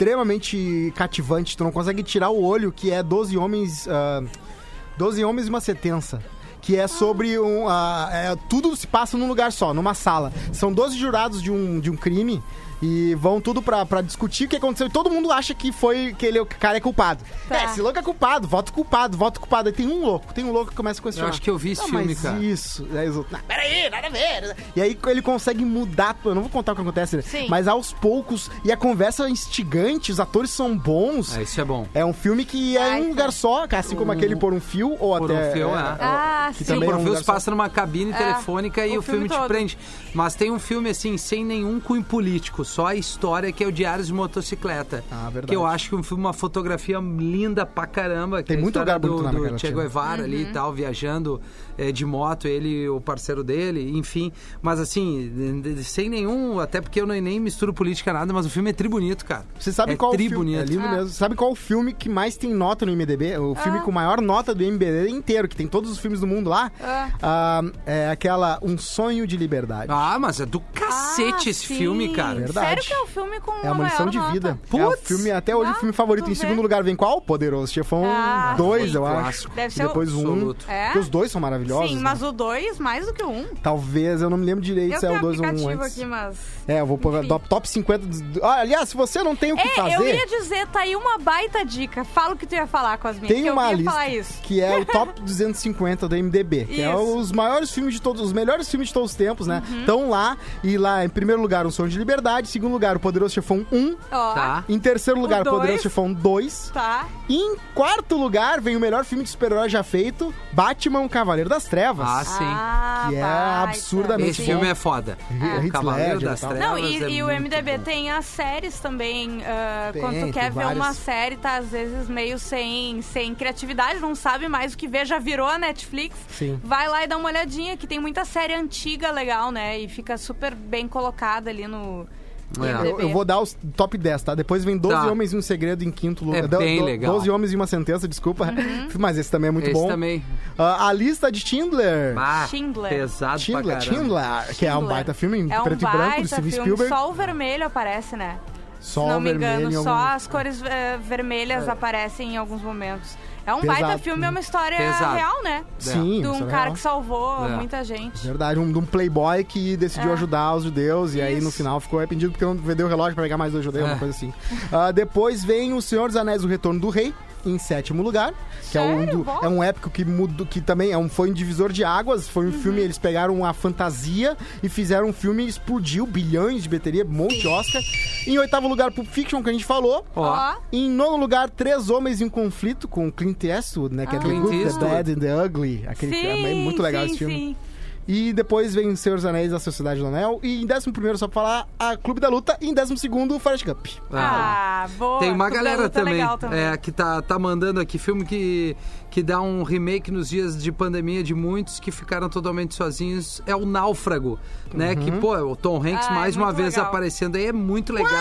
extremamente cativante, tu não consegue tirar o olho, que é 12 Homens. ah, 12 Homens e uma Sentença. Que é sobre um. ah, é, tudo se passa num lugar só, numa sala. São 12 jurados de um, de um crime. E vão tudo pra, pra discutir o que aconteceu. E todo mundo acha que foi que ele, o cara é culpado.
Tá.
É, esse louco é culpado, voto culpado, voto culpado. Aí tem um louco, tem um louco que começa a questionar.
Eu acho que eu vi esse filme,
mas
cara.
Isso. Aí os outros, "Não, e aí ele consegue mudar. Eu não vou contar o que acontece, né?
Sim.
Mas aos poucos. E a conversa é instigante, os atores são bons.
É, isso é bom.
É um filme que é
Ai,
um lugar só, cara, assim como aquele Por um Fio ou
Por
até.
um Fio, é.
Ah,
que
sim.
Sim,
também
por
é um lugar
filmes
só.
passa numa cabine telefônica e
É, o
o filme,
filme todo.
te prende. Mas tem um filme, assim, sem nenhum cunho político, só a história, que é o Diários de Motocicleta.
Ah, verdade.
Que eu acho que é um filme, uma fotografia linda pra caramba. que
Tem
é a
muito
história
lugar bonito na
do, do
América
Che
Latina.
Guevara ali
Uhum.
e tal, viajando eh, de moto, ele e o parceiro dele, enfim. Mas assim, de- de- sem nenhum, até porque eu nem- nem misturo política nada, mas o filme é tri bonito, cara.
Você sabe
é
qual o
tri
filme?
bonito.
É
Ah.
lindo mesmo. Sabe qual o filme que mais tem nota no IMDB? O filme com maior nota do IMDB inteiro, que tem todos os filmes do mundo lá.
Ah.
Ah, é aquela Um Sonho de Liberdade.
Ah, mas é do cacete
Ah,
esse
sim.
filme, cara.
Verdade.
Sério que é o filme com
É
a
uma lição
maior
de
nota?
vida. É o
Putz!
filme, até hoje,
Ah,
o filme favorito.
tu
Em segundo
vê.
lugar vem qual? Poderoso Chefão
Ah,
2,
sim.
eu acho.
Clássico.
Deve
E
ser
depois
o...
o 1. Um,
absoluto.
É?
Porque os dois são maravilhosos.
Sim,
né?
mas o dois mais do que o um.
Talvez, eu não me lembro direito
Eu
se é
tenho
o 2 ou
aplicativo
1 antes.
aqui, mas...
É, eu vou pôr
Enfim.
do- top 50. Dos... do- Ah, aliás, se você não tem o que
É, eu
fazer,
ia dizer, tá aí uma baita dica. Fala o que tu ia falar, Cosminha. que
tem
eu
uma
ia
lista
falar isso.
que é o top 250 do MDB, que é
Isso. Uhum.
os maiores filmes de todos, os melhores filmes de todos os tempos, né? Estão lá e lá em primeiro lugar, Um Sonho de Liberdade, Em segundo lugar, o Poderoso Chefão 1.
Ó,
Tá.
Em terceiro lugar, o
dois.
Poderoso Chefão 2.
tá.
E em quarto lugar, vem o melhor filme de super-herói já feito, Batman, Cavaleiro das Trevas.
Ah, sim.
Ah,
Que é
baita.
absurdamente
Esse filme é foda.
É.
O Cavaleiro
Heath
das Trevas.
Ledger e
Não, e,
é
e o
muito
MDB
bom.
tem as séries também. ah,
Tem,
quando
tem
tu quer ver uma
várias.
série, tá às vezes meio sem, sem criatividade, não sabe mais o que ver, já virou a Netflix.
Sim.
Vai lá e dá uma olhadinha, que tem muita série antiga legal, né? E fica super bem colocada ali no. no
É.
IMDb.
Eu, eu vou dar os top 10, tá? Depois vem 12
Tá.
Homens e um Segredo em quinto lugar.
É
Do-
bem
do-
legal.
12 Homens e uma Sentença, desculpa.
Uhum.
Mas esse também é muito
Esse
bom.
também.
Ah, a Lista de Schindler.
Ah,
Schindler.
Pesado pra
Schindler,
caramba.
Schindler, que é um baita filme em
É um
preto e
baita
branco de Steven
filme.
Spielberg.
Só o vermelho aparece, né?
Só
Se não me
vermelho
engano,
em
só
algum- É.
as cores eh, vermelhas aparecem em alguns momentos. É um
Pesado.
baita filme, é uma história
Pesado.
real, né?
Sim,
De
isso é
um cara
real.
que salvou
É.
muita gente.
Verdade, um, de um playboy que decidiu ajudar os judeus e aí no
É. Isso.
final ficou arrependido porque não vendeu o relógio pra pegar mais dois judeus,
É.
uma coisa assim. Ah, depois vem O Senhor dos Anéis, O Retorno do Rei, em sétimo lugar, que é, um
Sério?
do-
Bom. Uhum.
é um épico que mudou, que também é um, foi um divisor de águas, foi um filme, eles pegaram a fantasia e fizeram um filme, explodiu bilhões de bilheteria, um monte de Oscar. Em oitavo lugar, Pulp Fiction, que a gente falou.
Ó,
Ó,
Em nono lugar, Três Homens em um Conflito com Clint Eastwood, né? Que é The
Clint
Good, The
Eastwood.
Bad and The Ugly. Aquele filme é
Ah, sim,
muito legal
sim,
esse filme.
sim.
E depois vem Senhor dos Anéis, A Sociedade do Anel. E em 11, só pra falar, a Clube da Luta. E em 12, o Forrest Gump.
ah.
Ah, boa.
Tem uma
Clube da
galera
Luta é
também,
legal também.
é, que tá, tá mandando aqui filme que, que dá um remake nos dias de pandemia de muitos que ficaram totalmente sozinhos. É o Náufrago, né? Que, pô, é o Tom Hanks
Ah, é
mais uma
muito
vez
legal.
aparecendo aí. É muito legal.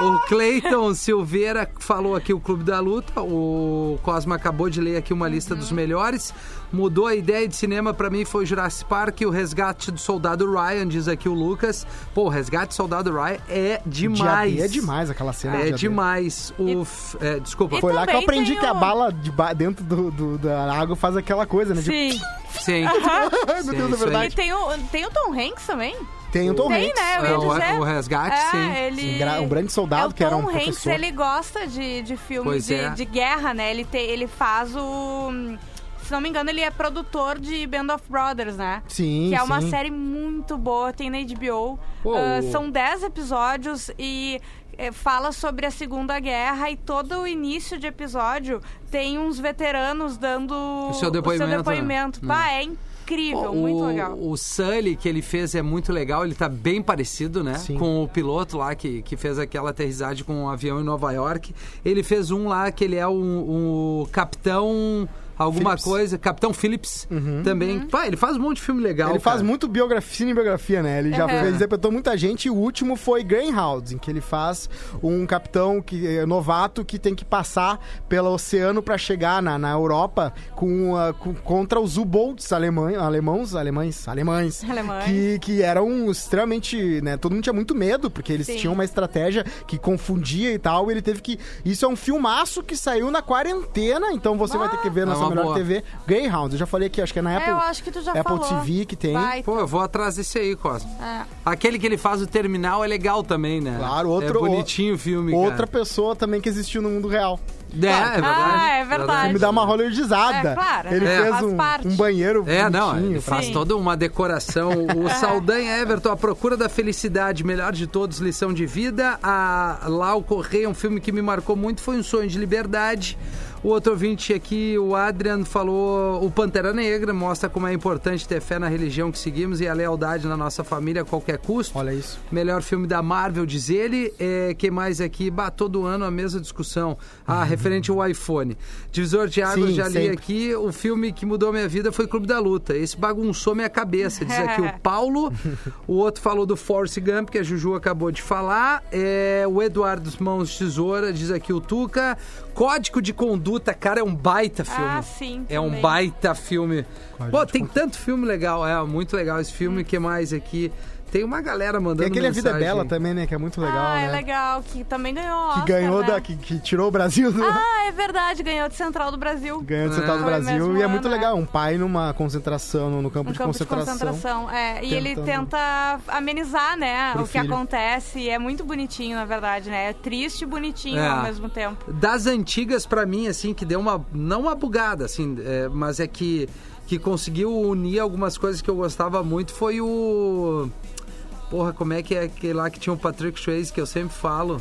O Cleiton Silveira falou aqui o Clube da Luta. O Cosma acabou de ler aqui uma lista dos
Uhum.
melhores. Mudou a ideia de cinema pra mim foi Jurassic Park e o Resgate do Soldado Ryan, diz aqui o Lucas. Pô, o Resgate do Soldado Ryan é demais.
Dia D é demais aquela cena.
É
Dia D.
demais. O f- é, desculpa.
E
Foi lá que eu
também
aprendi
tem
que a
o-
bala de ba- dentro do, do- da água faz aquela coisa, né? Tipo,
Sim.
Sim.
ai, meu
Sim,
Deus, é
isso aí.
E
verdade.
tem o, tem o Tom Hanks também?
Tem o Tom
tem,
Hanks.
né? Eu
É,
ia
o-
dizer.
o Resgate,
É,
sim.
Ele...
Um gra- um grande soldado
É o
que era um
Tom Hanks,
professor.
ele gosta de, de filmes
Pois
de,
é.
de guerra, né? Ele, tem- ele faz o... Se não me engano, ele é produtor de Band of Brothers, né?
Sim,
Que é uma
sim.
série muito boa, tem na HBO.
Pô,
Ah,
o-
são 10 episódios e eh, fala sobre a Segunda Guerra e todo o início de episódio tem uns veteranos dando o
seu depoimento, né?
depoimento.
Hum.
Pá, é incrível, muito
o,
legal.
o Sully que ele fez é muito legal, ele tá bem parecido, né?
Sim.
Com o piloto lá que, que fez aquela aterrissagem com um avião em Nova York. Ele fez um lá que ele é o o capitão alguma
Phillips. Uhum.
coisa, Capitão Phillips também.
Uhum.
Pá, ele faz um monte de filme legal.
Ele faz
cara.
muito biografia, cinebiografia, né? Ele já
Uhum.
fez, ele interpretou muita gente. E o último foi Greyhound, em que ele faz um capitão que, eh, novato que tem que passar pelo oceano pra chegar na, na Europa com, ah, com- contra os U-Boats alemães, alemãos, alemães, alemães,
Alemães.
Que, que eram extremamente, né? Todo mundo tinha muito medo, porque eles
Sim.
tinham uma estratégia que confundia e tal. E ele teve que... Isso é um filmaço que saiu na quarentena, então você vai ter que ver na
É
sua
uma
melhor
boa.
TV. Greyhound, eu já falei aqui, acho que é na
É,
Apple...
eu acho que tu já
Apple
falou.
TV que tem.
Vai,
Pô, eu vou atrás desse aí, Cosmo.
É.
Aquele que ele faz o terminal é legal também, né?
Claro, outro-
É bonitinho o filme,
Outra
cara.
pessoa também que existiu no mundo real.
É, é verdade.
Ah, é verdade.
Me dá uma hollywoodizada.
É, claro,
Ele
né?
fez
Faz parte.
um, um banheiro
É, não,
bonitinho,
ele faz
Sim.
toda uma decoração. O Saldanha Everton, A Procura da Felicidade, Melhor de Todos, Lição de Vida. A Lau Correia, um filme que me marcou muito, foi Um Sonho de Liberdade. O outro ouvinte aqui, o Adrian, falou o Pantera Negra, mostra como é importante ter fé na religião que seguimos e a lealdade na nossa família a qualquer custo.
Olha isso.
Melhor filme da Marvel, diz ele. É, que mais aqui? Bah, todo ano a mesma discussão. Ah, referente ao iPhone. Divisor de águas,
Uhum. Sim,
já li
sempre.
aqui. O filme que mudou minha vida foi Clube da Luta. Esse bagunçou minha cabeça, diz aqui o Paulo. O outro falou do Force Gump, que a Juju acabou de falar. É, o Eduardo Mãos de Tesoura, diz aqui o Tuca. Código de Conduta, cara, é um baita filme.
Ah, sim,
É um
também.
baita filme. Pô, tem tanto filme legal. É, muito legal esse
Hum.
filme. O que mais aqui? Tem uma galera mandando
Tem aquele A Vida é
mensagem.
Bela também, né? Que é muito legal,
ah,
né?
é legal, que também ganhou
Que
Oscar,
ganhou
né?
da. Que, que tirou o Brasil do.
Ah, é verdade, ganhou de Central do Brasil.
Ganhou do
É.
Central do
Foi
Brasil.
mesmo né?
E é muito
ano,
legal. Um pai numa concentração, no, no campo,
Um
de,
campo
concentração.
de concentração. É, e ele
Tentando-
tenta amenizar, né,
Pro
o que
filho.
acontece. E é muito bonitinho, na verdade, né? É triste e bonitinho
É.
ao mesmo tempo.
Das antigas, pra mim, assim, que deu uma. Não uma bugada, assim, é, mas é que. Que conseguiu unir algumas coisas que eu gostava muito foi o. Porra, como é que é aquele lá que tinha o Patrick Swayze, que eu sempre falo?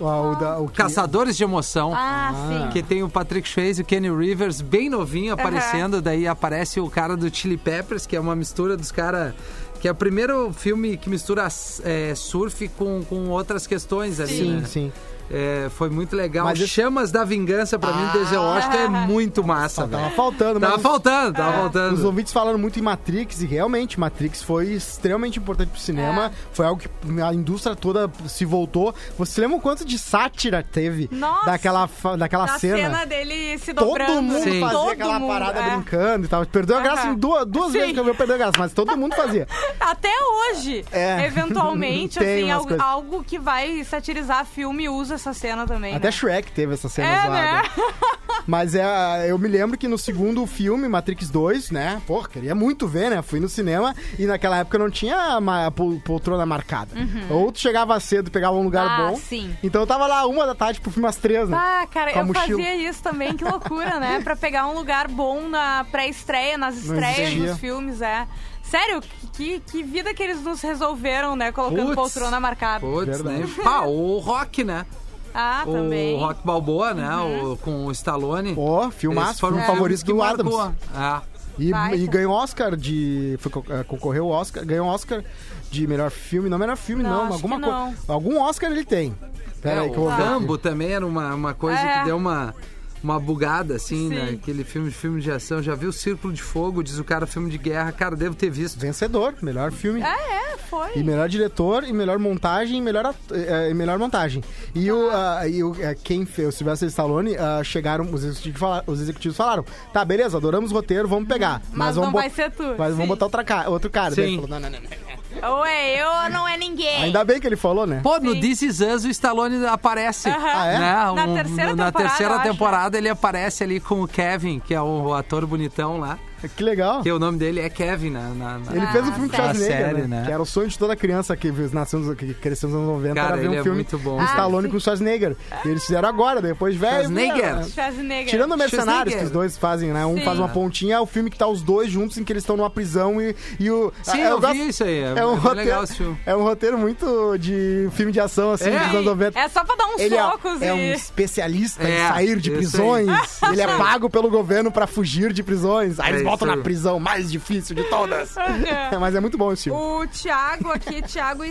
Ah, o da- o que-
Caçadores de Emoção.
Ah, sim.
Que tem o Patrick Swayze e o Kenny Rivers bem novinho aparecendo. Daí aparece o cara do Chili Peppers, que é uma mistura dos caras... Que é o primeiro filme que mistura é, surf com, com outras questões ali,
Sim,
né?
sim.
É, foi muito legal.
Mas esse-
Chamas da Vingança, pra mim, Denzel Washington é muito massa, velho.
Tava faltando,
Tava
mas-
faltando, tava faltando.
É, Os ouvintes falaram muito em Matrix e realmente Matrix foi extremamente importante pro cinema.
É.
Foi algo que a indústria toda se voltou. Você lembra o quanto de sátira teve
Nossa!
daquela, fa- daquela
Na
cena?
cena. dele se dobrando.
Todo mundo
Sim.
fazia
Todo
aquela
mundo,
parada
é.
brincando e tal. Perdeu a graça
Aham.
em duas, duas vezes
Sim.
que eu vi eu perder a graça, mas todo mundo fazia.
É. Até hoje,
É.
eventualmente,
Tem
assim,
umas
algo,
coisas.
algo que vai satirizar filme usa essa cena também.
Até
né?
Shrek teve essa cena
É,
zoada.
né?
Mas é, eu me lembro que no segundo filme, Matrix 2, né? Pô, queria muito ver, né? Fui no cinema e naquela época não tinha ma- pol- poltrona marcada. Ou tu chegava cedo, pegava um lugar
Uhum. Ah,
bom.
sim.
Então eu tava lá uma da tarde pro filme às três, né?
Ah, cara,
Com a
eu
mochila.
fazia isso também, que loucura, né? Pra pegar um lugar bom na pré-estreia, nas
Não
estreias
existia.
dos filmes, é. Sério, que, que vida que eles nos resolveram, né? Colocando
Putz.
poltrona marcada.
Putz,
Verdade.
né? Pá, o rock, né?
Ah,
o
também. Uhum.
rock balboa, né? O, com o Stallone.
Ó,
Eles
filmaço,
foram
filme
filmes
favorito
que
do Adams.
marcou. Ah,
E,
Baita.
e ganhou Oscar de. Foi, co- eh, concorreu ao Oscar, ganhou Oscar de melhor filme. Não, melhor filme,
Não,
não.
acho
alguma
que
coisa.
não.
Algum Oscar ele tem. Pera
é,
aí que eu
o
vou ver.
Rambo também era uma, uma coisa
É.
que deu uma, uma bugada, assim,
Sim.
né? Aquele filme, filme de ação. Já viu Círculo de Fogo, diz o cara, filme de guerra. Cara, devo ter visto.
Vencedor, melhor filme.
É, é, foi.
E melhor diretor, e melhor montagem, e melhor, at- eh, eh, melhor montagem. E, o, ah, e o, eh, quem fez, o Sylvester Stallone, ah, chegaram, os executivos, fala- os executivos falaram, tá, beleza, adoramos o roteiro, vamos pegar. Mas,
Mas
vamos
não
bot-
vai ser tu,
Mas
sim.
vamos botar outra ca- outro cara. Daí
Sim.
ele falou, "Não, não, não, não."
Ou é eu ou não é ninguém.
Ainda bem que ele falou, né?
Pô, no
Sim.
This Is Us, o Stallone aparece.
Ah,
é?
né?
Na
Um-
terceira
na
temporada,
terceira
eu acho,
temporada, ele aparece ali com o Kevin, que é o ator bonitão lá.
Que legal.
Que o nome dele é Kevin na- na- na,
Ele fez o filme com o
sério.
Schwarzenegger,
Série,
né?
né?
Que era o sonho de toda criança que nasceu, nos- que cresceu nos anos 90,
Cara,
era ver um
ele é
filme
muito bom.
com
Ah,
Stallone
sim.
com o Schwarzenegger. E eles fizeram agora, depois velho.
Schwarzenegger.
né?
Schwarzenegger.
Tirando o Mercenários,
Schwarzenegger.
que os dois fazem, né? Um
Sim.
faz uma pontinha, é o filme que tá os dois juntos em que eles estão numa prisão e, e o.
Sim,
ah,
eu, vi
gosto-
isso aí. É,
É um,
bem legal
roteiro,
esse filme.
é um roteiro muito de filme de ação, assim,
É.
dos anos 90.
É só pra dar uns
Ele é,
socos
é um
e...
especialista em
É,
sair de
isso
prisões. Ele é pago pelo governo pra fugir de prisões. Aí
É
eles voltam
isso.
na prisão mais difícil de todas. É, mas é muito bom esse filme.
O Thiago aqui, Thiago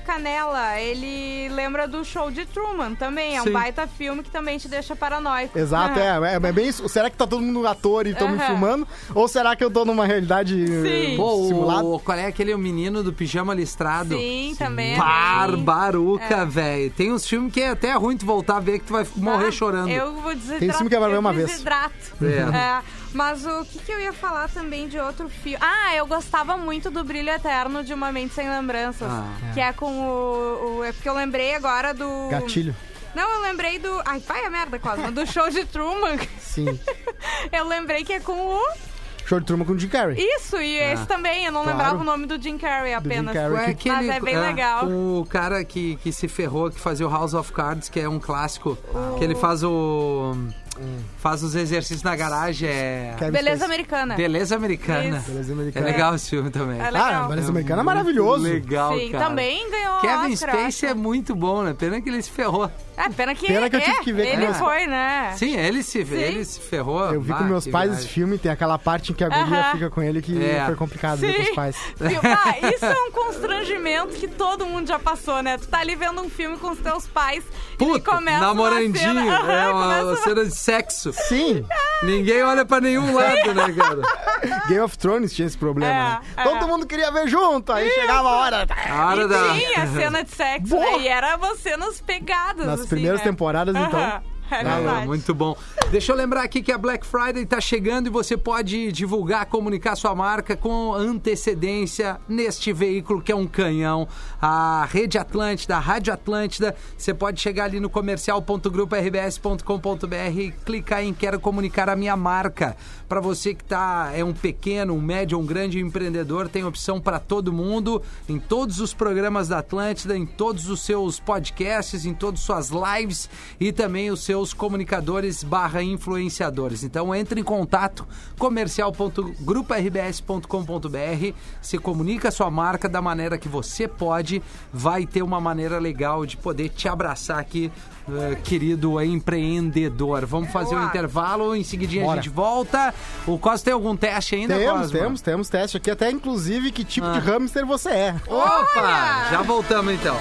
Estecanela, ele lembra do show de Truman também. É um
Sim.
baita filme que também te deixa paranoico.
Exato, é, é, é bem isso. Será que tá todo mundo ator e estão me
Aham.
filmando? Ou será que eu tô numa realidade eh,
Sim.
Pô,
simulada?
o, qual é aquele o menino do pijama listrado?
Sim, também. é bem- é.
Barbaruca, velho. Tem uns filmes que é até ruim tu voltar a ver que tu vai morrer
Ah,
chorando.
Eu vou desidratar.
Tem filme que é pra ver
eu
uma vez.
desidrato.
É.
É, mas o que, que eu ia falar também de outro filme? Ah, eu gostava muito do Brilho Eterno de Uma Mente Sem Lembranças.
Ah.
Que é com o, o- É porque eu lembrei agora do.
Gatilho.
Não, eu lembrei do. Ai, vai a merda, Cosma. Do show de Truman.
Sim.
eu lembrei que é com o.
Show de turma com o Jim Carrey.
Isso, e esse também. Eu não
Claro.
lembrava o nome do Jim Carrey
Do Jim
apenas.
Carrey.
Ué,
que-
aquele-
Mas é bem legal.
com O cara que, que se ferrou, que fazia o House of Cards, que é um clássico. Que ele faz o. Faz os exercícios na garagem. É.
Kevin
Beleza
Spacey.
Americana.
Beleza Americana.
Isso.
Beleza
É
americana.
legal esse filme também.
É legal.
Ah, Beleza
É
americana é
muito
maravilhoso.
Legal,
Sim,
cara.
também ganhou
Kevin
Oscar,
Spacey
acho.
é muito bom, né? Pena que ele se ferrou.
É, pena que,
Pena que eu
é,
tive que ver com
ele
meus-
foi, né?
Sim, ele se, ele se ferrou.
Eu vi
Bah,
com meus
que
pais
viagem.
esse filme, tem aquela parte em que a guria
Aham.
fica com ele que
É.
foi complicado ver com os pais.
Filme- Ah, isso é um constrangimento que todo mundo já passou, né? Tu tá ali vendo um filme com os teus pais e
Puta,
começa
namorandinho.
uma cena... Aham,
é uma,
começa uma-
cena de sexo.
Sim,
Ninguém olha pra nenhum lado, né, cara?
Game of Thrones tinha esse problema. né?
É, é.
Todo mundo queria ver junto, aí chegava a hora.
A hora
E
da...
tinha cena de sexo, né?
Boa.
E era umas cenas pegadas,
Nas
assim,
primeiras
né?
temporadas, então.
Aham, É
Ah,
verdade.
muito bom. Deixa eu lembrar aqui que a Black Friday está chegando e você pode divulgar, comunicar sua marca com antecedência neste veículo que é um canhão. A Rede Atlântida, a Rádio Atlântida. Você pode chegar ali no comercial.grupo.rbs.com.br e clicar em Quero Comunicar a Minha Marca. Para você que tá, é um pequeno, um médio, um grande empreendedor, tem opção para todo mundo, em todos os né, programas da Atlântida, em todos os seus podcasts, em todas suas lives e também os seus seus comunicadores barra influenciadores. Então entre em contato comercial.grupoRBS.com.br, se comunica a sua marca da maneira que você pode, vai ter uma maneira legal de poder te abraçar aqui, eh, querido empreendedor. Vamos fazer um
Boa.
intervalo, em seguidinha a
Bora.
gente volta. O Cosmo tem algum teste ainda,
Temos,
Cosma?
temos, temos teste aqui, até inclusive que tipo
Ah.
de hamster você é.
Opa! Já voltamos então.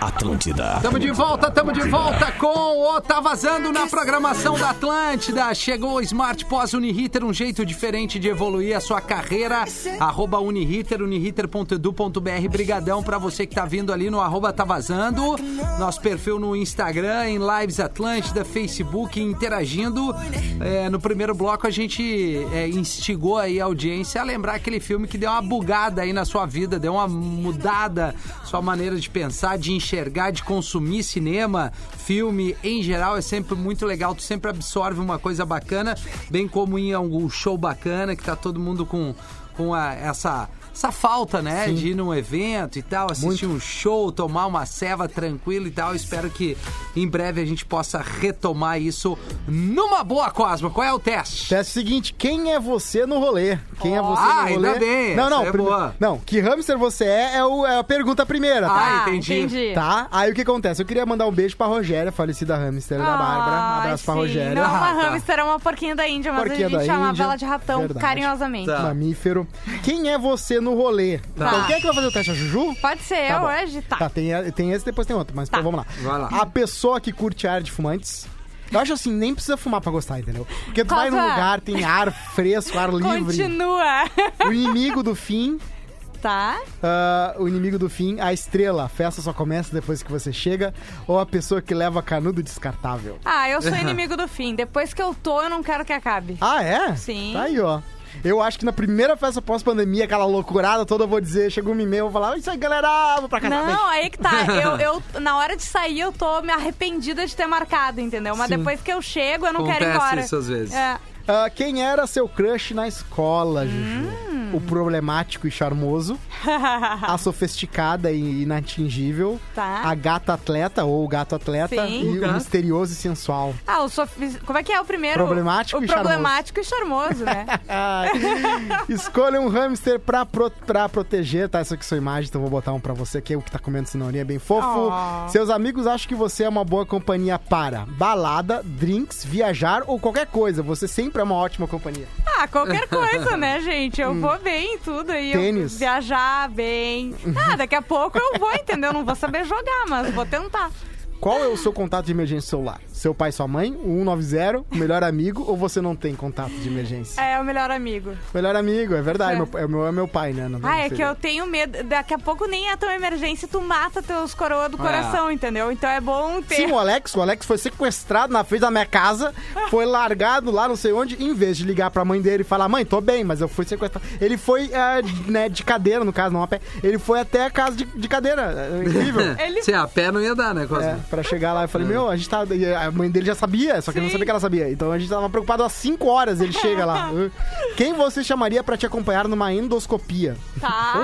Atlântida.
Tamo de volta, tamo de volta com o Tá Vazando na programação da Atlântida. Chegou o Smart Pós Uniriter, um jeito diferente de evoluir a sua carreira. Arroba Uniriter, uniriter.edu.br. Brigadão pra você que tá vindo ali no arroba Tá Vazando. Nosso perfil no Instagram, em Lives Atlântida, Facebook, interagindo. É, no primeiro bloco a gente é, instigou aí a audiência a lembrar aquele filme que deu uma bugada aí na sua vida, deu uma mudada sua maneira de pensar, de enxergar, de consumir cinema, filme em geral é sempre muito legal, tu sempre absorve uma coisa bacana, bem como em algum show bacana que tá todo mundo com, com a- essa essa falta, né, de ir num evento e tal, assistir um show, tomar uma ceva tranquila e tal. Espero que em breve a gente possa retomar isso numa boa, Cosmo. Qual é o teste?
Teste seguinte, quem é você no rolê? Quem é você
Ah,
no rolê?
ainda bem,
Não, não,
essa é
prime-
boa.
não, que hamster você é é, o- é a pergunta primeira, tá?
Ah, entendi.
Tá? Aí o que acontece? Eu queria mandar um beijo pra Rogéria, falecida hamster da Bárbara. Um abraço pra
Ai, Ah, sim.
Rogéria.
Não é uma
Ah, tá.
hamster, é uma porquinha da Índia, mas
Porquinha
a gente
da
chamava
Índia.
ela de ratão
Verdade.
carinhosamente.
Tá.
Mamífero. Quem é você no rolê? Então, quem é que vai fazer o teste? A Juju?
Pode ser
Tá
eu
bom.
hoje? Tá.
Tá, tem, tem esse depois tem outro, mas pô, vamos lá.
Vai lá.
A pessoa que curte ar de fumantes. Eu acho assim, nem precisa fumar pra gostar, entendeu? Porque tu vai num
Cosma.
lugar, tem ar fresco, ar livre.
Continua.
O inimigo do fim,
tá.
ah, o inimigo do fim, a estrela. A festa só começa depois que você chega. Ou a pessoa que leva canudo descartável.
Ah, eu sou inimigo do fim. Depois que eu tô, eu não quero que acabe.
Ah, é?
Sim.
Tá aí, ó. Eu acho que na primeira festa pós-pandemia, aquela loucurada toda, eu vou dizer, chegou um e-mail, eu vou falar, isso aí, galera, ah, vou pra casa.
Não, aí que tá. Eu, eu- na hora de sair, eu tô me arrependida de ter marcado, entendeu? Mas
Sim.
depois que eu chego, eu não quero ir
Acontece
embora.
isso às vezes.
É.
Ah, quem era seu crush na escola, Juju?
Hum.
O problemático e charmoso, a sofisticada e inatingível,
Tá.
a gata atleta ou o gato atleta
Sim.
e
O
o,
gato.
misterioso e sensual.
Ah, o sofi... Como é que é o primeiro?
Problemático
o
e
problemático e charmoso, né?
Ai. Escolha um hamster pra, pro- pra proteger, tá? Isso aqui é sua imagem, então vou botar um pra você, que é o que tá comendo cenourinha é bem fofo.
Oh.
Seus amigos acham que você é uma boa companhia para balada, drinks, viajar ou qualquer coisa. Você sempre é uma ótima companhia.
Ah, qualquer coisa, né, gente? Eu vou bem em tudo aí. eu
Tênis.
viajar bem. Ah, daqui a pouco eu vou, entendeu? Não vou saber jogar, mas vou tentar.
Qual é o seu contato de emergência celular? Seu pai, sua mãe, o 190, o melhor amigo ou você não tem contato de emergência?
É o melhor amigo.
Melhor amigo, é verdade.
É.
meu- É. o meu, é meu pai, né? Não
Ah, é
sei.
que eu tenho medo. Daqui a pouco nem é tão emergência, tu mata teus coroa
Ah.
do coração, entendeu? Então é bom ter.
Sim, o Alex, o Alex foi sequestrado na frente da minha casa, foi largado lá não sei onde, em vez de ligar pra mãe dele e falar, mãe, tô bem, mas eu fui sequestrado. Ele foi, eh, né, de cadeira, no caso, não a pé. Ele foi até a casa de, de cadeira. É incrível.
Ele-
Se a pé não ia dar, né, Cosmo?
É, pra chegar lá, eu falei, meu, a gente tá. e A mãe dele já sabia, só que ele não
Sim.
sabia que ela sabia. Então a gente tava preocupado há 5 horas, ele chega lá. Uh. Quem você chamaria pra te acompanhar numa endoscopia?
Tá.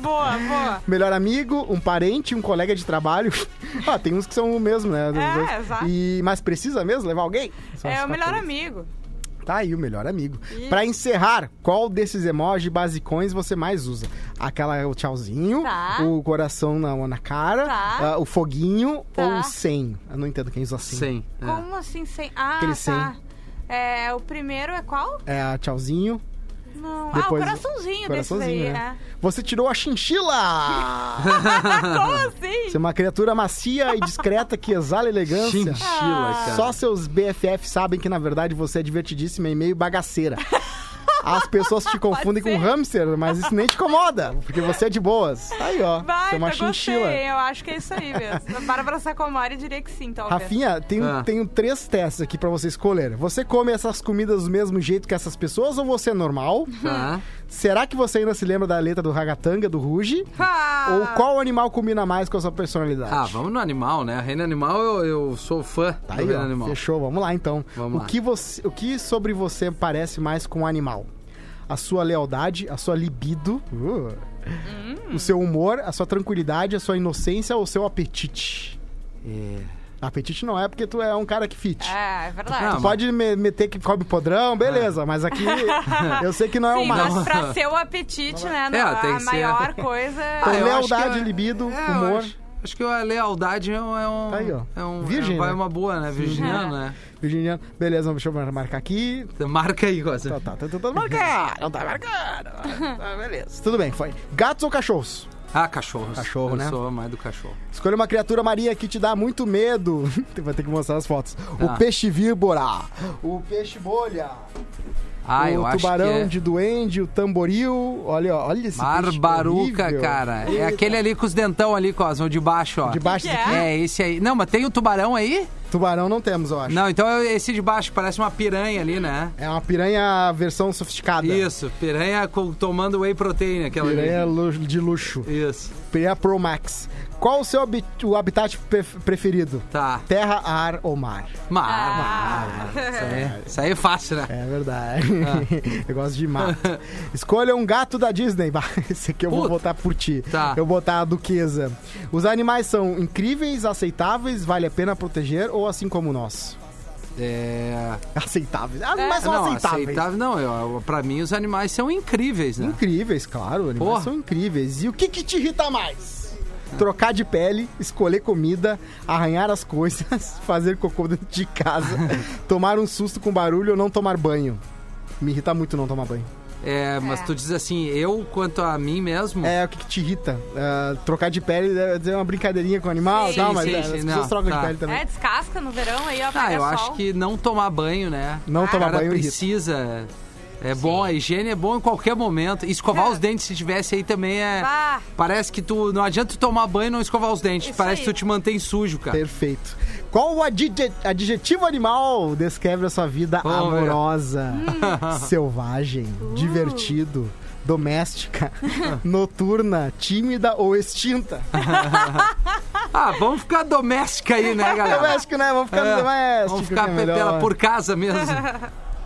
Boa, boa.
Melhor amigo, um parente, um colega de trabalho. ah, tem uns que são o mesmo, né? dos
É, exato.
E, mas precisa mesmo levar alguém? São
É
esses
o melhor
fatores.
amigo.
Tá aí o melhor amigo. Pra encerrar, qual desses emojis basicões você mais usa? Aquela é o tchauzinho,
Tá.
o coração na, na cara,
Tá.
ah, o foguinho
Tá.
ou o sem? Eu não entendo quem usa sem.
Sim. é.
Como assim sem. Ah,
Aquele
tá. É, o primeiro é qual?
É, tchauzinho.
Não.
Depois-
ah, o coraçãozinho,
Coraçãozinho,
desse daí,
né? Você tirou a chinchila!
é. Como assim?
Você é uma criatura macia e discreta que exala elegância.
Chinchila, cara.
Ah.
Tá.
Só seus BFF sabem que, na verdade, você é divertidíssima e meio bagaceira. As pessoas te confundem com
ser.
hamster, mas isso nem te incomoda, porque você é de boas. Aí, ó.
Vai,
você é uma
eu
chinchila.
gostei. Eu acho que é isso aí mesmo. A Bárbara Sacomori diria que sim, talvez.
Rafinha, tenho,
Ah.
tenho um três testes aqui pra você escolher. Você come essas comidas do mesmo jeito que essas pessoas ou você é normal?
Tá.
Será que você ainda se lembra da letra do Ragatanga, do Ruge?
Ah,
Ou qual animal combina mais com a sua personalidade?
Ah, vamos no animal, né? Reino Animal, eu, eu sou fã
Tá
do
aí,
Reino
ó.
Animal.
Fechou, vamos lá então.
Vamos
o
lá.
que você, o que sobre você parece mais com um animal? a sua lealdade, a sua libido, uh,
Hum.
o seu humor, a sua tranquilidade, a sua inocência ou o seu apetite.
É.
Apetite não é porque tu é um cara que fit.
É, é verdade.
Não,
Tu pode me- meter que come podrão,
Ah.
beleza, mas aqui eu sei que não é
Sim,
o máximo.
mas pra ser o apetite, né? não-
É, tem
a
que ser. Ah,
maior coisa.
Então,
eu acho
lealdade,
que eu-
libido,
É, eu
humor.
Acho, acho que a lealdade é um. É um
Tá aí, ó.
É um
Virgem,
é, vai
né?
uma boa, né? Virginiano, né?
Virginiano. Beleza, deixa eu marcar aqui.
Então Marca aí,
Tá,
Rosa.
tá, tá tentando marcar. Não tá marcando. Tá, beleza. Tudo bem, foi. Gatos ou cachorros?
Ah, cachorros.
Cachorro,
Eu
né?
sou mais do cachorro.
Escolha uma criatura marinha que te dá muito medo. Vai ter que mostrar as fotos.
Tá.
O peixe víbora. O peixe bolha.
Ah, eu
o
acho que
tubarão
é.
de duende, o tamboril. Olha, ó, olha esse peixe
Barbaruca,
horrível.
cara. É aquele ali com os dentão ali, Cosmo, de baixo, ó.
De baixo
Que
desse
é?
aqui.
É, esse aí. Não, mas tem o tubarão aí?
Tubarão não temos, eu acho.
Não, então é esse de baixo, parece uma piranha ali, né?
É uma piranha versão sofisticada.
Isso, piranha com- tomando whey protein, aquela
Piranha lu- de luxo.
ali. Isso,
Piranha Pro Max. Qual o seu habi- o habitat pref- preferido?
tá.
Terra, ar ou mar?
Mar,
Ah.
mar, Isso aí, isso aí é fácil, né?
É verdade.
Ah.
Eu gosto de mato. Escolha um gato da Disney. Bah, Esse aqui eu vou
Puta.
botar por ti.
Tá.
Eu vou botar a duquesa. Os animais são incríveis, aceitáveis, vale a pena proteger ou assim como nós?
É...
Aceitáveis.
É
Animais são
não,
aceitáveis.
aceitável não. Eu, pra mim, os animais são incríveis, né?
Incríveis, claro. Animais
Porra.
são incríveis. E o que, que te irrita mais? Trocar de pele, escolher comida, arranhar as coisas, fazer cocô dentro de casa, tomar um susto com barulho ou não tomar banho. Me irrita muito não tomar banho.
É, mas tu diz assim, eu quanto a mim mesmo...
É, o que, que te irrita? Ah, trocar de pele deve ser uma brincadeirinha com o animal e
Sim,
tal, mas
sim,
é,
sim,
as
não,
pessoas trocam
tá.
de pele também.
É, descasca no verão aí, ó.
Ah,
pega
eu
sol.
acho que não tomar banho, né?
Não tomar
O cara
banho é um irrita.
precisa... É bom, a higiene é bom em qualquer momento. E Escovar
É.
os dentes, se tivesse aí, também é...
Bah.
Parece que tu... Não adianta tu tomar banho e não escovar os dentes.
Isso
Parece
aí.
que tu te mantém sujo, cara.
Perfeito. Qual o adige- adjetivo animal descreve a sua vida
Vamos ver.
amorosa, selvagem, divertido, doméstica, noturna, tímida ou extinta?
Ah, vamos ficar doméstica aí, né, galera?
Doméstico, né? Vamos ficar no
É,
doméstico.
Vamos
que
ficar
é
pe-
melhor.
pela, por casa mesmo.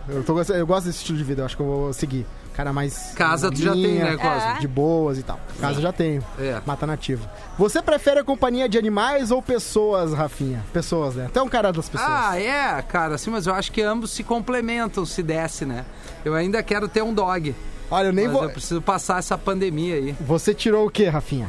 eu, tô gost- eu gosto desse estilo de vida, eu acho que eu vou seguir. Cara mais.
Casa tu já tem,
minha,
né, Cosmo?
É.
De boas e tal. Casa eu já tenho.
É.
Mata nativo. Você prefere a companhia de animais ou pessoas, Rafinha? Pessoas, né? Até um cara das pessoas.
Ah, é, cara, assim, mas eu acho que ambos se complementam, se desse, né? Eu ainda quero ter um dog.
Olha, eu nem
Mas é
vou.
eu preciso passar essa pandemia aí.
Você tirou o quê, Rafinha?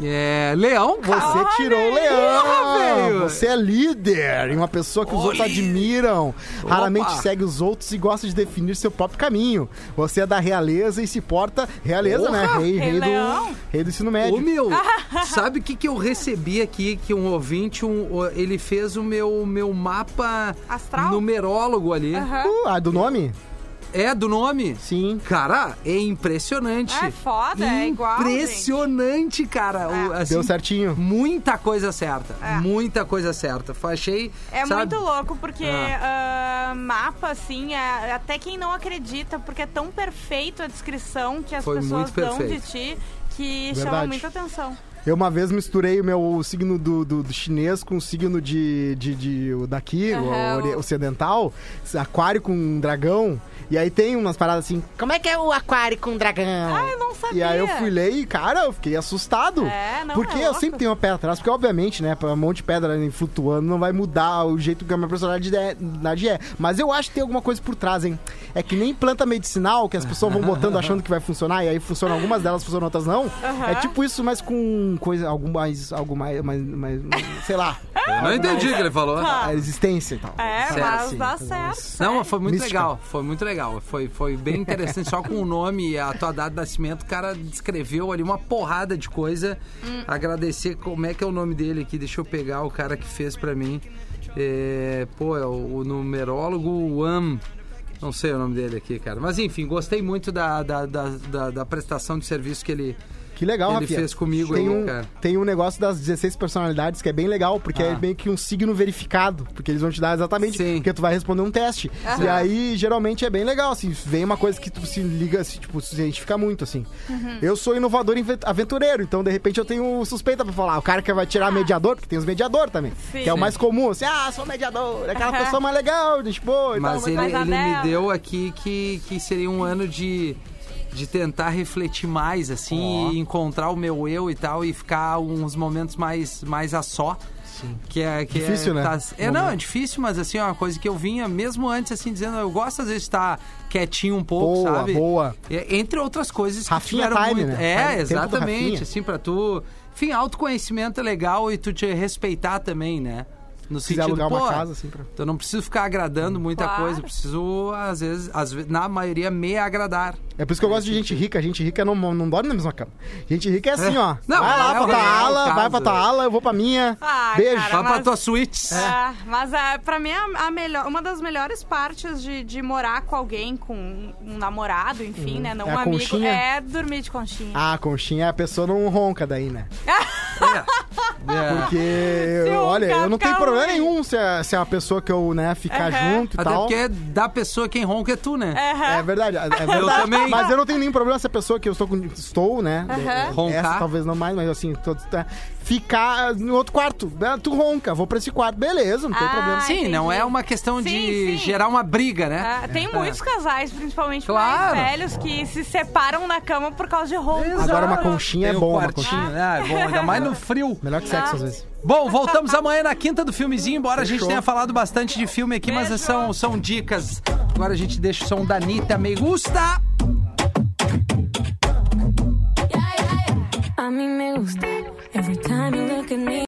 É, leão, cara.
Você tirou o
Porra, velho!
leão! Você é líder e uma pessoa que os
Ô,
outros
líder!
admiram. Raramente
Opa!
segue os outros e gosta de definir seu próprio caminho. Você é da realeza e se porta. Realeza,
Porra!
né? Rei,
Rei
rei,
leão!
do, rei do ensino
Ô,
médio.
meu, sabe o que, que eu recebi aqui? Que um ouvinte, um, ele fez o meu, meu mapa
Astral?
numerólogo ali.
Aham.
Uh, ah, do nome?
É, do nome?
Sim.
Cara, é impressionante.
É foda, é igual,
Impressionante, cara. O- assim,
Deu certinho.
Muita coisa certa.
É.
Muita coisa certa. Achei.
É
sabe,
muito louco, porque ah, mapa, assim, é- até quem não acredita, porque é tão perfeito a descrição que as
Foi
pessoas
muito
dão de
perfeito.
ti que chama
Verdade.
muita atenção.
Eu uma vez misturei o meu signo do, do- do chinês com o signo de, de, de- o daqui, o-
Aham.
o ori- ocidental, aquário com dragão. E aí tem umas paradas assim.
Como é que é o aquário com dragão?
Ah, eu não sabia.
E aí eu fui ler e, cara, eu fiquei assustado.
É, não,
porque
é
eu
louco.
sempre tenho uma pedra atrás, porque obviamente, né, pra um monte de pedra ali flutuando não vai mudar o jeito que a minha personalidade é. Mas eu acho que tem alguma coisa por trás, hein? É que nem planta medicinal que as pessoas vão botando achando que vai funcionar, e aí funciona algumas delas, funcionam outras não. É tipo isso, mas com coisa, algo mais, algo mais, mais, mais sei lá,
Eu Não entendi o que ele falou.
Tá.
a existência e tal.
É,
Certo,
mas
sim.
dá certo.
Não, mas foi muito
Mística.
legal. Foi muito legal. Foi, foi bem interessante. Só com o nome e a tua data de nascimento, o cara descreveu ali uma porrada de coisa.
Hum.
Agradecer. Como é que é o nome dele aqui? Deixa eu pegar o cara que fez pra mim. É, pô, é o, o numerólogo Am. Não sei o nome dele aqui, cara. Mas enfim, gostei muito da, da, da, da- da prestação de serviço que ele,
Que legal,
Ele
Rafinha.
fez comigo aí,
tem um,
cara. Ah.
Tem um negócio das 16 personalidades que é bem legal, porque é meio que um signo verificado, porque eles vão te dar exatamente,
Sim.
porque tu vai responder um teste. E aí, geralmente, é bem legal, assim, vem uma coisa que tu se liga, se, tipo, se identifica muito, assim. Eu sou inovador e invent- aventureiro, então, de repente, eu tenho suspeita pra falar. O cara que vai tirar mediador, porque tem os mediador também,
Sim.
que é o
Sim.
mais comum, assim, ah, sou mediador, aquela pessoa mais legal, gente boa e
Mas
tal.
ele,
mas a
ele me
dela-
deu aqui que, que seria um ano de, de tentar refletir mais, assim, e encontrar o meu eu e tal, e ficar uns momentos mais, mais a só. Que é, que
Difícil,
é,
né?
tá- é, não, é difícil, mas assim, é uma coisa que eu vinha mesmo antes, assim, dizendo, eu gosto às vezes de estar quietinho um pouco,
Boa,
sabe?
boa.
É, entre outras coisas que
Rafinha
tiveram
time,
muito.
né?
É,
Time- tempo do
exatamente,
Rafinha.
assim, pra tu... Enfim, autoconhecimento é legal e tu te respeitar também, né? No
quiser
sentido,
alugar uma
pô,
casa, assim, pra-
então não preciso ficar agradando muita
Claro.
coisa, eu preciso, às vezes, às ve- na maioria, me agradar.
É por isso que eu gosto de gente rica. Gente rica não, não dorme na mesma cama. Gente rica é assim,
É.
ó.
Não,
vai
é
lá
o-
pra tua
é o
ala, vai
caso.
pra tua ala, eu vou pra minha.
Ah,
Beijo.
cara,
Vai pra
mas-
tua suíte.
É.
Ah, mas ah, pra mim, a, a melhor, uma das melhores partes de, de morar com alguém, com um, um namorado, enfim, né? Não
É
um
a
amigo,
conchinha?
é dormir de conchinha.
Ah, conchinha, a pessoa não ronca daí, né?
É. É.
Porque,
Se
eu- olha,
roncar,
eu não tenho
fica
problema
ruim.
nenhum se a, se a pessoa que eu, né, ficar
Aham.
junto e
Até
tal.
porque é da pessoa quem ronca é tu, né?
É verdade, é verdade.
também.
Mas eu não tenho nenhum problema se a pessoa que eu estou com. Estou, né?
Aham.
Roncar.
Essa talvez não mais, mas assim, tô- tá- ficar no outro quarto. Ah, Tu ronca, vou pra esse quarto. Beleza, não tem
Ah,
problema.
Sim,
entendi.
não é uma questão de
Sim, sim.
gerar uma briga, né?
Ah,
É.
tem muitos casais, principalmente
Claro.
mais velhos, que se separam na cama por causa de roupa.
Agora uma
Exato.
conchinha
Tem
é
um
bom, uma
quartinho,
conchinha.
né? É bom, ainda mais no frio.
Melhor que sexo às vezes.
Bom, voltamos amanhã na quinta do filmezinho, embora a gente
Fechou.
tenha falado bastante de filme aqui, mas
Beijo.
são, são dicas. Agora a gente deixa o som da Anitta, me gusta!
A mí me gusta every time you look at me.